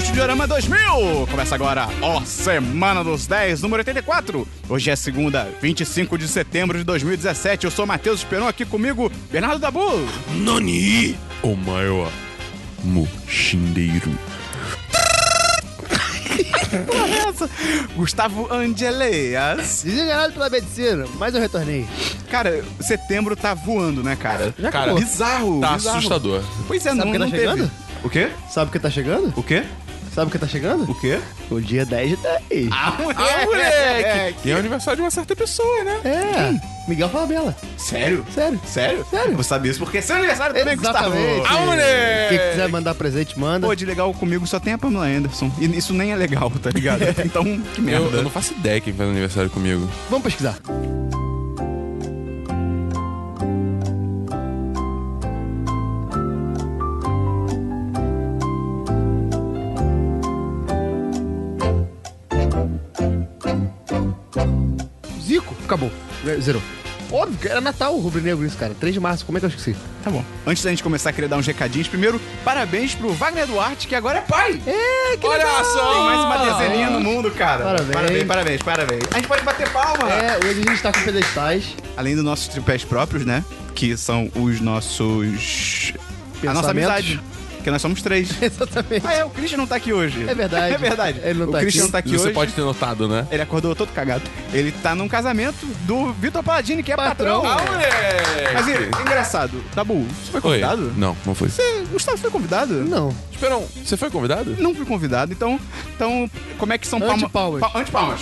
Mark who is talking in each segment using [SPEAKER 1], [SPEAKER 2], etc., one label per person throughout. [SPEAKER 1] Fliperama 2000. Começa agora, ó, Semana dos 10, número 84. Hoje é segunda, 25 de setembro de 2017. Eu sou Matheus Esperon, aqui comigo, Bernardo Dabu.
[SPEAKER 2] Nani! O maior mochindeiro.
[SPEAKER 1] Gustavo Angeleias.
[SPEAKER 3] Desenganado é pela medicina, mas eu retornei.
[SPEAKER 1] Cara, setembro tá voando, né, cara?
[SPEAKER 3] Já
[SPEAKER 2] Cara,
[SPEAKER 3] acabou.
[SPEAKER 1] Bizarro,
[SPEAKER 2] Tá
[SPEAKER 1] bizarro.
[SPEAKER 2] assustador.
[SPEAKER 1] Pois é,
[SPEAKER 3] Sabe
[SPEAKER 1] não,
[SPEAKER 3] quem tá
[SPEAKER 1] não teve.
[SPEAKER 3] chegando?
[SPEAKER 1] O quê?
[SPEAKER 3] Sabe o que tá chegando?
[SPEAKER 1] O quê?
[SPEAKER 3] Sabe o que tá chegando?
[SPEAKER 1] O quê?
[SPEAKER 3] O dia 10 de 10.
[SPEAKER 1] Ah,
[SPEAKER 2] Ah, moleque! E é o aniversário de uma certa pessoa, né?
[SPEAKER 3] É, Miguel Falabella.
[SPEAKER 1] Sério?
[SPEAKER 3] Sério.
[SPEAKER 1] Sério?
[SPEAKER 3] Sério.
[SPEAKER 1] Você sabe isso porque é seu aniversário também,
[SPEAKER 3] Exatamente.
[SPEAKER 1] Gustavo.
[SPEAKER 2] Ah, moleque!
[SPEAKER 3] Quem quiser mandar presente, manda.
[SPEAKER 1] Pô, de legal comigo só tem a Pamela Anderson. E isso nem é legal, tá ligado? Então, que merda.
[SPEAKER 2] Eu, eu não faço ideia quem faz aniversário comigo.
[SPEAKER 3] Vamos pesquisar. Zico, acabou. É, Zerou. Óbvio que era Natal, rubro-negro, isso, cara. 3 de março, como é que eu esqueci?
[SPEAKER 1] Tá bom. Antes da gente começar, queria dar uns recadinhos. Primeiro, parabéns pro Wagner Duarte, que agora é pai.
[SPEAKER 3] É, que
[SPEAKER 2] Olha
[SPEAKER 3] legal!
[SPEAKER 2] só!
[SPEAKER 1] Tem mais uma dezeninha no mundo, cara.
[SPEAKER 3] Parabéns.
[SPEAKER 1] Parabéns, parabéns, parabéns. A gente pode bater palma.
[SPEAKER 3] É, hoje a gente tá com pedestais.
[SPEAKER 1] Além dos nossos tripés próprios, né? Que são os nossos... A nossa
[SPEAKER 3] Pensamentos.
[SPEAKER 1] amizade. Que nós somos três.
[SPEAKER 3] Exatamente.
[SPEAKER 1] Ah, é, o Christian não tá aqui hoje.
[SPEAKER 3] É verdade.
[SPEAKER 1] É verdade.
[SPEAKER 3] Ele não
[SPEAKER 1] o
[SPEAKER 3] tá
[SPEAKER 1] Christian
[SPEAKER 3] aqui.
[SPEAKER 1] não tá aqui
[SPEAKER 2] Você
[SPEAKER 1] hoje.
[SPEAKER 2] pode ter notado, né?
[SPEAKER 1] Ele acordou todo cagado. Ele tá num casamento do Vitor Paladini, que é patrão.
[SPEAKER 3] Patrão.
[SPEAKER 1] Ah,
[SPEAKER 2] moleque!
[SPEAKER 1] Mas e, engraçado, Tabu, você foi
[SPEAKER 2] Oi.
[SPEAKER 1] convidado?
[SPEAKER 2] Não, não foi.
[SPEAKER 1] Você, Gustavo, foi convidado?
[SPEAKER 3] Não.
[SPEAKER 2] Esperão, você foi convidado?
[SPEAKER 1] Não fui convidado, então. Então, como é que são palmas?
[SPEAKER 3] Antipalmas.
[SPEAKER 1] Pa antipalmas.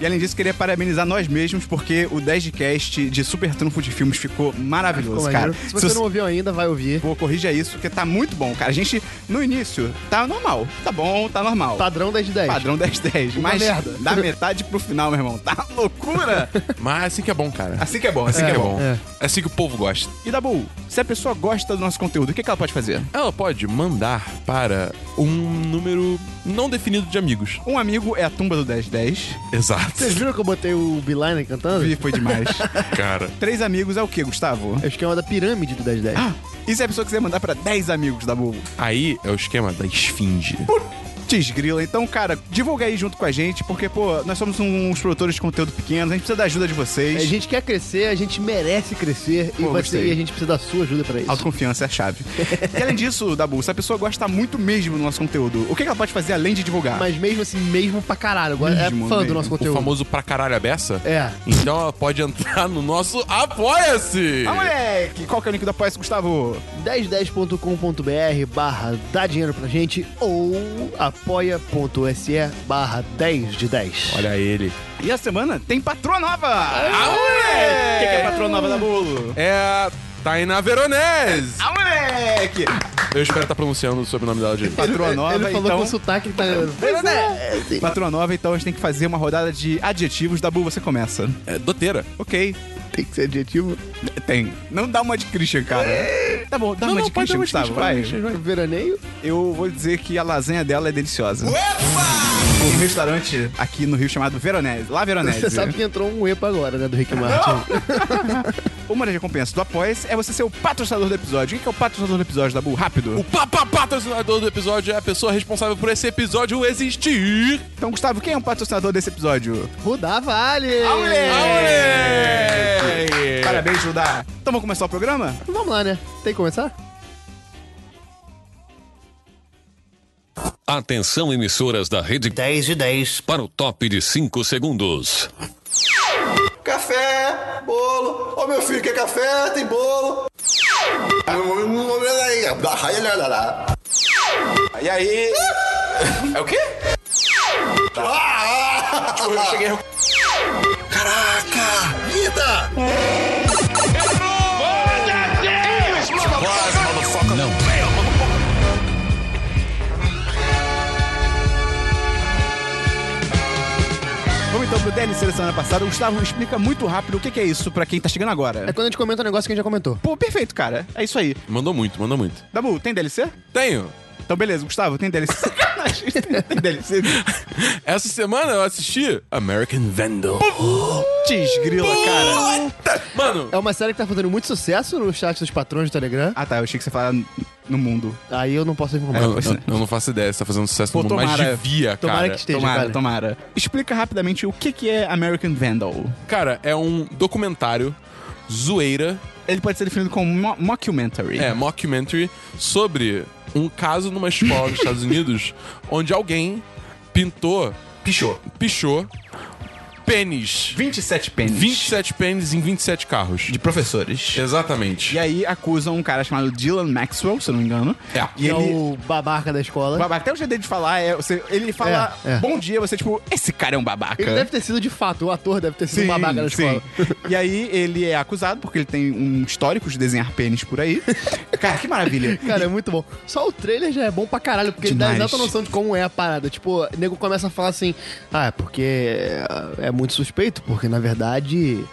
[SPEAKER 1] E além disso, queria parabenizar nós mesmos, porque o 10 de cast de Super Trunfo de Filmes ficou maravilhoso,
[SPEAKER 3] Ficou
[SPEAKER 1] cara.
[SPEAKER 3] maneiro. é, Se você não ouviu ainda, vai ouvir.
[SPEAKER 1] Pô, corrija isso, porque tá muito bom, cara. A gente, no início, tá normal. Tá bom, tá normal.
[SPEAKER 3] Padrão 10 de 10.
[SPEAKER 1] Padrão 10-10. Mas
[SPEAKER 3] merda.
[SPEAKER 1] da metade pro final, meu irmão. Tá loucura!
[SPEAKER 2] Mas assim que é bom, cara.
[SPEAKER 1] assim que é bom, assim
[SPEAKER 2] Assim
[SPEAKER 1] que é bom.
[SPEAKER 3] é.
[SPEAKER 2] É assim que o povo gosta.
[SPEAKER 1] E Dabu, se a pessoa gosta do nosso conteúdo, o que, que ela pode fazer?
[SPEAKER 2] Ela pode mandar para um número não definido de amigos.
[SPEAKER 1] Um amigo é a tumba do 1010.
[SPEAKER 2] Exato.
[SPEAKER 3] Vocês viram que eu botei o Beeline cantando?
[SPEAKER 1] Vi, foi demais.
[SPEAKER 2] Cara.
[SPEAKER 1] Três amigos é o que, Gustavo?
[SPEAKER 3] É o esquema da pirâmide do 10 de 10.
[SPEAKER 1] Ah, e se a pessoa quiser mandar pra 10 amigos, Dabu?
[SPEAKER 2] Aí é o esquema da esfinge.
[SPEAKER 1] Tisgrila. Então, cara, divulga aí junto com a gente, porque, pô, nós somos um, uns produtores de conteúdo pequenos, a gente precisa da ajuda de vocês.
[SPEAKER 3] A gente quer crescer, a gente merece crescer
[SPEAKER 1] Pô,
[SPEAKER 3] e, vai
[SPEAKER 1] gostei.
[SPEAKER 3] ser- e a gente precisa da sua ajuda pra isso.
[SPEAKER 1] Autoconfiança é a chave. e além disso, Dabu, se a pessoa gosta muito mesmo do nosso conteúdo, o que, que ela pode fazer além de divulgar?
[SPEAKER 3] Mas mesmo assim, mesmo pra caralho, agora
[SPEAKER 1] Mesmo,
[SPEAKER 3] é fã
[SPEAKER 1] mesmo.
[SPEAKER 3] do nosso
[SPEAKER 2] O
[SPEAKER 3] conteúdo.
[SPEAKER 2] famoso pra caralho a beça.
[SPEAKER 3] É.
[SPEAKER 2] Então ela pode entrar no nosso Apoia-se!
[SPEAKER 1] Ah, moleque! Qual que é o link do Apoia-se, Gustavo?
[SPEAKER 3] 1010.com.br barra dá dinheiro pra gente ou apoia.se barra 10 de 10.
[SPEAKER 2] Olha ele.
[SPEAKER 1] E a semana tem patroa nova! Ah,
[SPEAKER 2] moleque!
[SPEAKER 1] O que, que é patroa nova da Bolo?
[SPEAKER 2] É a Tainá Veronese!
[SPEAKER 1] Ah, moleque!
[SPEAKER 2] Eu espero estar pronunciando o sobrenome dela direito.
[SPEAKER 1] Patroa nova,
[SPEAKER 3] Ele falou
[SPEAKER 1] então...
[SPEAKER 3] com sotaque que tá...
[SPEAKER 2] né?
[SPEAKER 1] Patroa nova, então a gente tem que fazer uma rodada de adjetivos. Dabu, você começa.
[SPEAKER 2] É doteira.
[SPEAKER 1] Ok.
[SPEAKER 3] Tem que ser adjetivo.
[SPEAKER 1] Tem. Não dá uma de Christian, cara. Tá bom, dá
[SPEAKER 2] Não,
[SPEAKER 1] uma
[SPEAKER 2] não,
[SPEAKER 1] de
[SPEAKER 2] pode dar
[SPEAKER 1] Christian,
[SPEAKER 2] uma de
[SPEAKER 1] Gustavo,
[SPEAKER 2] Christian, pode dar
[SPEAKER 1] vai.
[SPEAKER 2] uma de
[SPEAKER 3] Veraneio.
[SPEAKER 1] Eu vou dizer que a lasanha dela é deliciosa. Um restaurante aqui no Rio chamado Veronese. Lá Veronese.
[SPEAKER 3] Você sabe que entrou um epa agora, né, do Rick Martin.
[SPEAKER 1] Uma das recompensas do Apoia-se é você ser o patrocinador do episódio. O que que é o patrocinador do episódio, Dabu? Rápido.
[SPEAKER 2] O papá patrocinador do episódio é a pessoa responsável por esse episódio existir.
[SPEAKER 1] Então, Gustavo, quem é o patrocinador desse episódio?
[SPEAKER 3] Rudá Vale!
[SPEAKER 1] Ah,
[SPEAKER 2] Aê!
[SPEAKER 1] Parabéns, Judá. Então vamos começar o programa?
[SPEAKER 3] Vamos lá, né? Tem que começar?
[SPEAKER 4] Atenção, emissoras da rede
[SPEAKER 5] 10 de 10.
[SPEAKER 4] para o top de 5 segundos.
[SPEAKER 6] Café, bolo. Ô meu filho, quer café? Tem bolo. Ah, Não vou- não vou ver aí. Dá raia, lá, lá, lá. E aí? É o quê? Ah! Tipo, eu cheguei. Caraca! Vida!
[SPEAKER 1] Vamos então pro DLC da semana passada. O Gustavo explica muito rápido o que que é isso pra quem tá chegando
[SPEAKER 3] É
[SPEAKER 1] agora.
[SPEAKER 3] quando a gente comenta um negócio que a gente já comentou.
[SPEAKER 1] Pô, perfeito, cara. É isso aí.
[SPEAKER 2] Mandou muito, mandou muito.
[SPEAKER 1] Dabu, tem DLC?
[SPEAKER 2] Tenho.
[SPEAKER 1] Então, beleza, Gustavo, tem DLC. Sacanagem, tem- tem DLC.
[SPEAKER 2] Essa semana eu assisti American Vandal.
[SPEAKER 1] Desgrila, cara.
[SPEAKER 2] Mano,
[SPEAKER 3] É uma série que tá fazendo muito sucesso no chat dos patrões do Telegram.
[SPEAKER 1] Ah, tá. Eu achei que você falava no mundo?
[SPEAKER 3] Aí eu não posso informar.
[SPEAKER 1] É,
[SPEAKER 2] Eu, eu- eu não faço ideia se tá fazendo sucesso
[SPEAKER 1] Pô,
[SPEAKER 2] no mundo, mas
[SPEAKER 1] tomara.
[SPEAKER 2] devia, cara.
[SPEAKER 3] Tomara que esteja,
[SPEAKER 1] tomara,
[SPEAKER 3] cara.
[SPEAKER 1] tomara. Explica rapidamente o que, que é American Vandal.
[SPEAKER 2] Cara, é um documentário zoeira,
[SPEAKER 1] Ele pode ser definido como mo- mockumentary.
[SPEAKER 2] é, mockumentary, sobre um caso numa escola dos Estados Unidos onde alguém pintou,
[SPEAKER 6] Pichou.
[SPEAKER 2] pichou pênis.
[SPEAKER 1] 27 pênis
[SPEAKER 2] 27 pênis em 27 carros.
[SPEAKER 1] de professores.
[SPEAKER 2] Exatamente.
[SPEAKER 1] E aí acusam um cara chamado Dylan Maxwell, se eu não me engano.
[SPEAKER 2] É.
[SPEAKER 1] E
[SPEAKER 3] é
[SPEAKER 1] ele.
[SPEAKER 3] o babaca da escola.
[SPEAKER 1] O babaca, até o jeito dele de falar é. Você, ele fala
[SPEAKER 3] É, é.
[SPEAKER 1] bom dia, você, tipo, esse cara é um babaca.
[SPEAKER 3] Ele deve ter sido de fato, o ator deve ter sido um babaca da escola.
[SPEAKER 1] sim. E aí ele é acusado porque ele tem um histórico de desenhar pênis por aí. Cara, que maravilha.
[SPEAKER 3] Cara, é muito bom. Só o trailer já é bom pra caralho, porque ele dá a
[SPEAKER 1] Demais.
[SPEAKER 3] exata noção de como é a parada. Tipo, o nego começa a falar assim: ah, é porque é muito suspeito, porque na verdade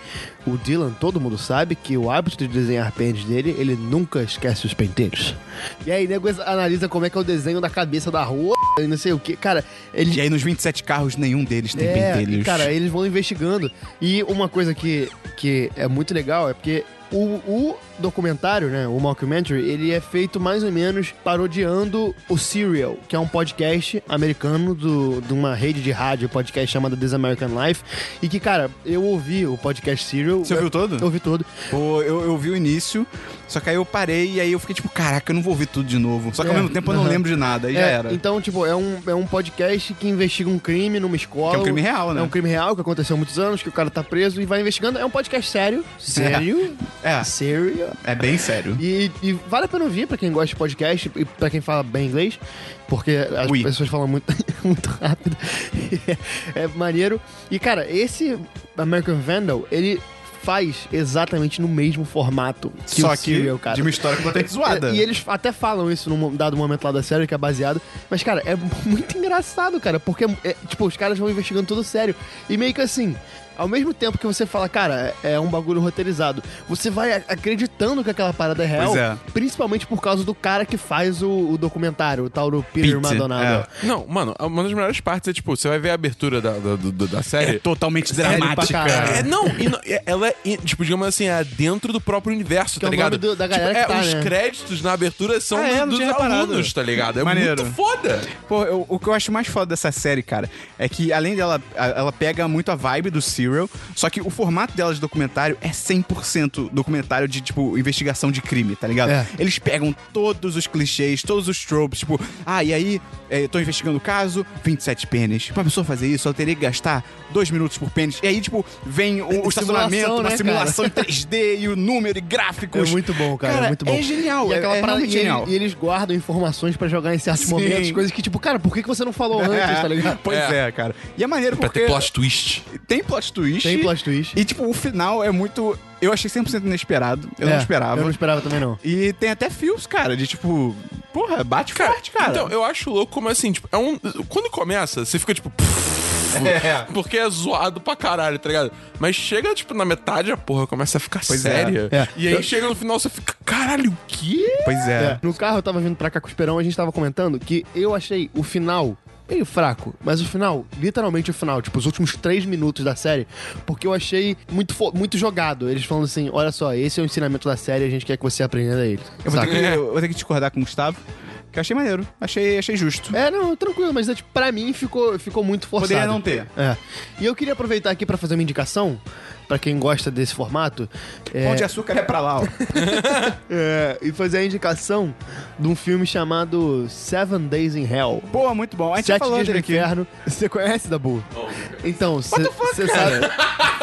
[SPEAKER 3] o Dylan, todo mundo sabe que o hábito de desenhar pênis dele, ele nunca esquece os penteiros. E aí o nego analisa como é que é o desenho da cabeça da rua e não sei o que. Cara, ele.
[SPEAKER 1] E aí nos 27 carros nenhum deles tem
[SPEAKER 3] É,
[SPEAKER 1] pentelhos.
[SPEAKER 3] Cara, eles vão investigando. E uma coisa que, que é muito legal é porque o, o documentário, né, o mockumentary, ele é feito mais ou menos parodiando o Serial, que é um podcast americano do, de uma rede de rádio, podcast chamada This American Life. E que, cara, eu ouvi o podcast Serial.
[SPEAKER 1] Você ouviu todo?
[SPEAKER 3] Eu ouvi todo.
[SPEAKER 1] Pô, eu, eu vi o início, só que aí eu parei e aí eu fiquei tipo, caraca, eu não vou ver tudo de novo. Só que ao
[SPEAKER 3] É,
[SPEAKER 1] mesmo tempo eu não
[SPEAKER 3] aham.
[SPEAKER 1] lembro de nada, aí já
[SPEAKER 3] É,
[SPEAKER 1] era.
[SPEAKER 3] Então, tipo, é um, é um podcast que investiga um crime numa escola.
[SPEAKER 1] Que é um crime real, né?
[SPEAKER 3] É um crime real que aconteceu há muitos anos, que o cara tá preso e vai investigando. É um podcast sério. Sério?
[SPEAKER 1] É,
[SPEAKER 3] Sério?
[SPEAKER 1] é bem sério.
[SPEAKER 3] E, e vale a pena ouvir pra quem gosta de podcast e pra quem fala bem inglês, porque as
[SPEAKER 1] Oui.
[SPEAKER 3] pessoas falam muito, muito rápido. é, maneiro. E, cara, esse American Vandal, ele faz exatamente no mesmo formato que
[SPEAKER 1] só
[SPEAKER 3] o
[SPEAKER 1] que
[SPEAKER 3] Serial, cara.
[SPEAKER 1] de uma história completamente zoada.
[SPEAKER 3] É, E eles até falam isso num mo- dado momento lá da série, que é baseado. Mas, cara, é muito engraçado, cara. Porque, é, tipo, os caras vão investigando tudo sério. E meio que assim, ao mesmo tempo que você fala, cara, é um bagulho roteirizado, você vai a- acreditando que aquela parada é real.
[SPEAKER 1] Pois é.
[SPEAKER 3] Principalmente por causa do cara que faz o, o documentário, o tal do
[SPEAKER 1] Pete,
[SPEAKER 3] Peter né?
[SPEAKER 1] é.
[SPEAKER 3] Madonado.
[SPEAKER 2] Não, mano, uma das melhores partes é, tipo, você vai ver a abertura da, da, do- do- da série.
[SPEAKER 1] É totalmente
[SPEAKER 3] Sério pra
[SPEAKER 1] dramática.
[SPEAKER 3] caralho.
[SPEAKER 2] É, não, e não- é- ela é, e, tipo, digamos assim, é dentro do próprio universo,
[SPEAKER 3] Que
[SPEAKER 2] tá
[SPEAKER 3] é o
[SPEAKER 2] ligado?
[SPEAKER 3] nome do- da galera
[SPEAKER 2] tipo,
[SPEAKER 3] que
[SPEAKER 2] é,
[SPEAKER 3] tá,
[SPEAKER 2] os
[SPEAKER 3] né?
[SPEAKER 2] créditos na abertura são
[SPEAKER 1] Ah, é?
[SPEAKER 2] do-
[SPEAKER 1] Eu não
[SPEAKER 2] dos
[SPEAKER 1] tinha reparado.
[SPEAKER 2] alunos, tá ligado? É
[SPEAKER 1] Maneiro.
[SPEAKER 2] muito foda.
[SPEAKER 1] Pô, eu- o que eu acho mais foda dessa série, cara, é que além dela, a- ela pega muito a vibe do Serial, só que o formato dela de documentário é 100% documentário de, tipo, investigação de crime, tá ligado?
[SPEAKER 3] É.
[SPEAKER 1] Eles pegam todos os clichês, todos os tropes, tipo, ah, e aí, é, eu tô investigando o caso, 27 pênis. Pra pessoa fazer isso, ela teria que gastar dois minutos por pênis. E aí, tipo, vem o, o estacionamento,
[SPEAKER 3] né,
[SPEAKER 1] uma
[SPEAKER 3] cara?
[SPEAKER 1] simulação em 3D e o número e gráficos.
[SPEAKER 3] É muito bom, cara, é muito bom.
[SPEAKER 1] É genial,
[SPEAKER 3] E,
[SPEAKER 1] é,
[SPEAKER 3] aquela
[SPEAKER 1] é
[SPEAKER 3] parada,
[SPEAKER 1] realmente
[SPEAKER 3] e, ele-
[SPEAKER 1] genial.
[SPEAKER 3] e eles guardam informações pra jogar em certos
[SPEAKER 1] Sim.
[SPEAKER 3] momentos, coisas que, tipo, cara, por que, que você não falou antes, tá ligado?
[SPEAKER 1] Pois é. cara. E é maneiro
[SPEAKER 2] Pra
[SPEAKER 1] porque
[SPEAKER 2] ter plot twist.
[SPEAKER 1] tem plot twist.
[SPEAKER 3] Tem plot twist.
[SPEAKER 1] E, tipo, o final é muito. Eu achei 100% inesperado. Eu
[SPEAKER 3] É,
[SPEAKER 1] não esperava.
[SPEAKER 3] Eu não esperava também, não.
[SPEAKER 1] E tem até fios, cara, de tipo. Porra, bate forte, cara.
[SPEAKER 2] Então, eu acho louco como assim, tipo, é um. Quando começa, você fica tipo. Porque é zoado pra caralho, tá ligado? Mas chega, tipo, na metade a porra começa a ficar
[SPEAKER 1] Pois é.
[SPEAKER 2] séria.
[SPEAKER 3] É.
[SPEAKER 2] E aí chega no final, você fica, caralho, o quê?
[SPEAKER 1] Pois é.
[SPEAKER 3] É. No carro eu tava vindo pra cá com o Esperão, a gente tava comentando que eu achei o final meio fraco, mas o final, literalmente o final, tipo, os últimos três minutos da série, porque eu achei muito, fo- muito jogado. Eles falando assim, olha só, esse é o ensinamento da série, a gente quer que você aprenda ele.
[SPEAKER 1] Eu, vou ter
[SPEAKER 3] saca?
[SPEAKER 1] que, eu vou ter que discordar com o Gustavo, que eu achei maneiro. Achei, achei justo.
[SPEAKER 3] É, não, tranquilo, mas é, tipo, pra mim ficou, ficou muito forçado.
[SPEAKER 1] Poderia não ter.
[SPEAKER 3] É. E eu queria aproveitar aqui pra fazer uma indicação, pra quem gosta desse formato. é,
[SPEAKER 1] Pão de açúcar é pra lá, ó.
[SPEAKER 3] é, e fazer a indicação de um filme chamado Seven Days in Hell.
[SPEAKER 1] Pô, muito bom. A gente já
[SPEAKER 3] Sete
[SPEAKER 1] falou
[SPEAKER 3] Dias no
[SPEAKER 1] dele aqui.
[SPEAKER 3] Inferno. Você conhece, Dabu? Então, você sabe,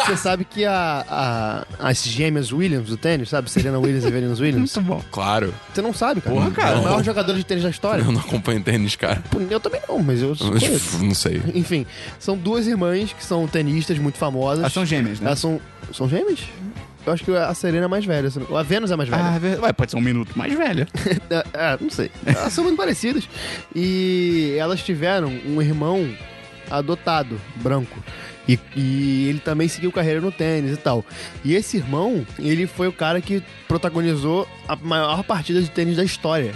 [SPEAKER 3] cê sabe que a, a- as gêmeas Williams do tênis, sabe? Serena Williams e Venus Williams.
[SPEAKER 1] Muito bom.
[SPEAKER 2] Claro.
[SPEAKER 3] Você não sabe, cara.
[SPEAKER 2] Porra, cara.
[SPEAKER 3] É o maior jogador de tênis da história.
[SPEAKER 2] Eu não acompanho tênis, cara.
[SPEAKER 3] Pô, Eu também não, mas eu
[SPEAKER 2] Mas,
[SPEAKER 3] conheço.
[SPEAKER 2] pff, não sei.
[SPEAKER 3] Enfim, são duas irmãs que são tenistas muito famosas.
[SPEAKER 1] Elas são gêmeas, né?
[SPEAKER 3] Elas são, são gêmeas? Eu acho que a Serena é mais velha. se não- A Venus é mais velha.
[SPEAKER 1] Ah, ver- ué, pode ser um minuto mais velho.
[SPEAKER 3] É, é, não sei. Elas são muito parecidas. E elas tiveram um irmão adotado, branco. E, e ele também seguiu carreira no tênis e tal. E esse irmão, ele foi o cara que protagonizou a maior partida de tênis da história.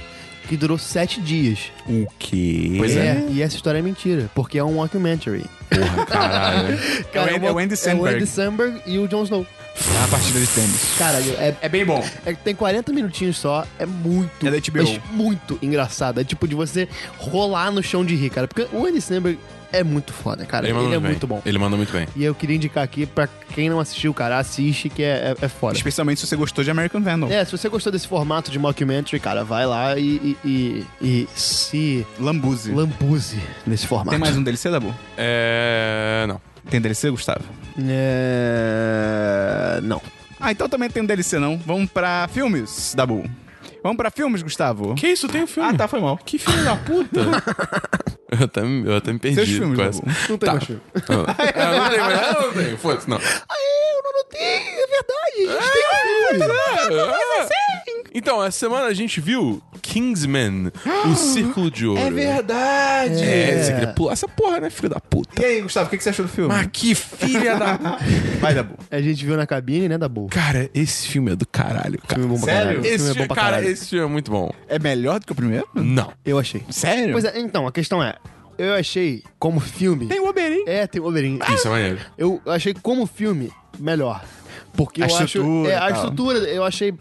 [SPEAKER 3] Que durou sete dias.
[SPEAKER 2] O quê? Pois é.
[SPEAKER 3] É, E essa história é mentira, porque é um mockumentary.
[SPEAKER 2] Porra, caralho.
[SPEAKER 1] É o Andy- é o Andy
[SPEAKER 3] É o
[SPEAKER 1] Samberg.
[SPEAKER 3] Andy Samberg e o Jon Snow.
[SPEAKER 1] É uma partida de tênis.
[SPEAKER 3] Caralho, é,
[SPEAKER 1] É bem bom.
[SPEAKER 3] é- tem 40 minutinhos só, é muito.
[SPEAKER 1] É da HBO.
[SPEAKER 3] mas muito engraçado. É tipo de você rolar no chão de rir, cara. Porque o Andy Samberg é muito foda, cara. Ele, é
[SPEAKER 2] bem.
[SPEAKER 3] muito bom.
[SPEAKER 2] Ele manda muito bem.
[SPEAKER 3] E eu queria indicar aqui, pra quem não assistiu, cara, assiste, que é, é, é foda.
[SPEAKER 1] Especialmente se você gostou de American Vandal.
[SPEAKER 3] É, se você gostou desse formato de mockumentary, cara, vai lá e, e, e, e se
[SPEAKER 1] Lambuze.
[SPEAKER 3] lambuze nesse formato.
[SPEAKER 1] Tem mais um DLC, Dabu?
[SPEAKER 2] É. Não.
[SPEAKER 1] Tem DLC, Gustavo?
[SPEAKER 3] É... Não.
[SPEAKER 1] Ah, então também tem um DLC não. Vamos pra filmes, Dabu. Vamos pra filmes, Gustavo?
[SPEAKER 2] Que isso? Tem um filme.
[SPEAKER 1] Ah, tá, foi mal.
[SPEAKER 2] Que filho da puta. eu, até, me- eu até me perdi
[SPEAKER 1] Seus filmes,
[SPEAKER 2] com
[SPEAKER 1] Dabu.
[SPEAKER 2] essa.
[SPEAKER 3] Não tem mais filme.
[SPEAKER 2] Ah, não tem, mas eu não tenho. Foda-se, não.
[SPEAKER 3] Aí, eu não notei, é verdade. A gente tem um filme.
[SPEAKER 2] É,
[SPEAKER 3] assim.
[SPEAKER 2] Então, essa semana a gente viu Kingsman, o Círculo de
[SPEAKER 3] É
[SPEAKER 2] Ouro.
[SPEAKER 1] verdade!
[SPEAKER 2] É, você queria pular essa porra, né, filho da puta?
[SPEAKER 3] é
[SPEAKER 1] E aí, Gustavo, o que que você achou do filme?
[SPEAKER 2] Mas que filha da...
[SPEAKER 1] Vai, Dabu.
[SPEAKER 3] A gente viu na cabine, né, da boa.
[SPEAKER 2] Cara, esse filme é do caralho, cara.
[SPEAKER 3] Filme bom pra
[SPEAKER 1] Sério?
[SPEAKER 3] caralho.
[SPEAKER 2] Esse
[SPEAKER 3] filme é
[SPEAKER 2] filme,
[SPEAKER 3] bom pra
[SPEAKER 2] cara,
[SPEAKER 3] caralho.
[SPEAKER 2] esse filme é muito bom.
[SPEAKER 1] É melhor do que o primeiro?
[SPEAKER 2] Não.
[SPEAKER 3] Eu achei.
[SPEAKER 1] Sério?
[SPEAKER 3] Pois é, então, a questão é, eu achei como filme...
[SPEAKER 1] Tem o Oberyn.
[SPEAKER 3] É, tem o Oberyn.
[SPEAKER 2] Isso é maneiro.
[SPEAKER 3] Eu achei como filme melhor. Porque
[SPEAKER 1] A
[SPEAKER 3] eu acho.
[SPEAKER 1] estrutura
[SPEAKER 3] É,
[SPEAKER 1] e
[SPEAKER 3] a
[SPEAKER 1] tal.
[SPEAKER 3] estrutura eu achei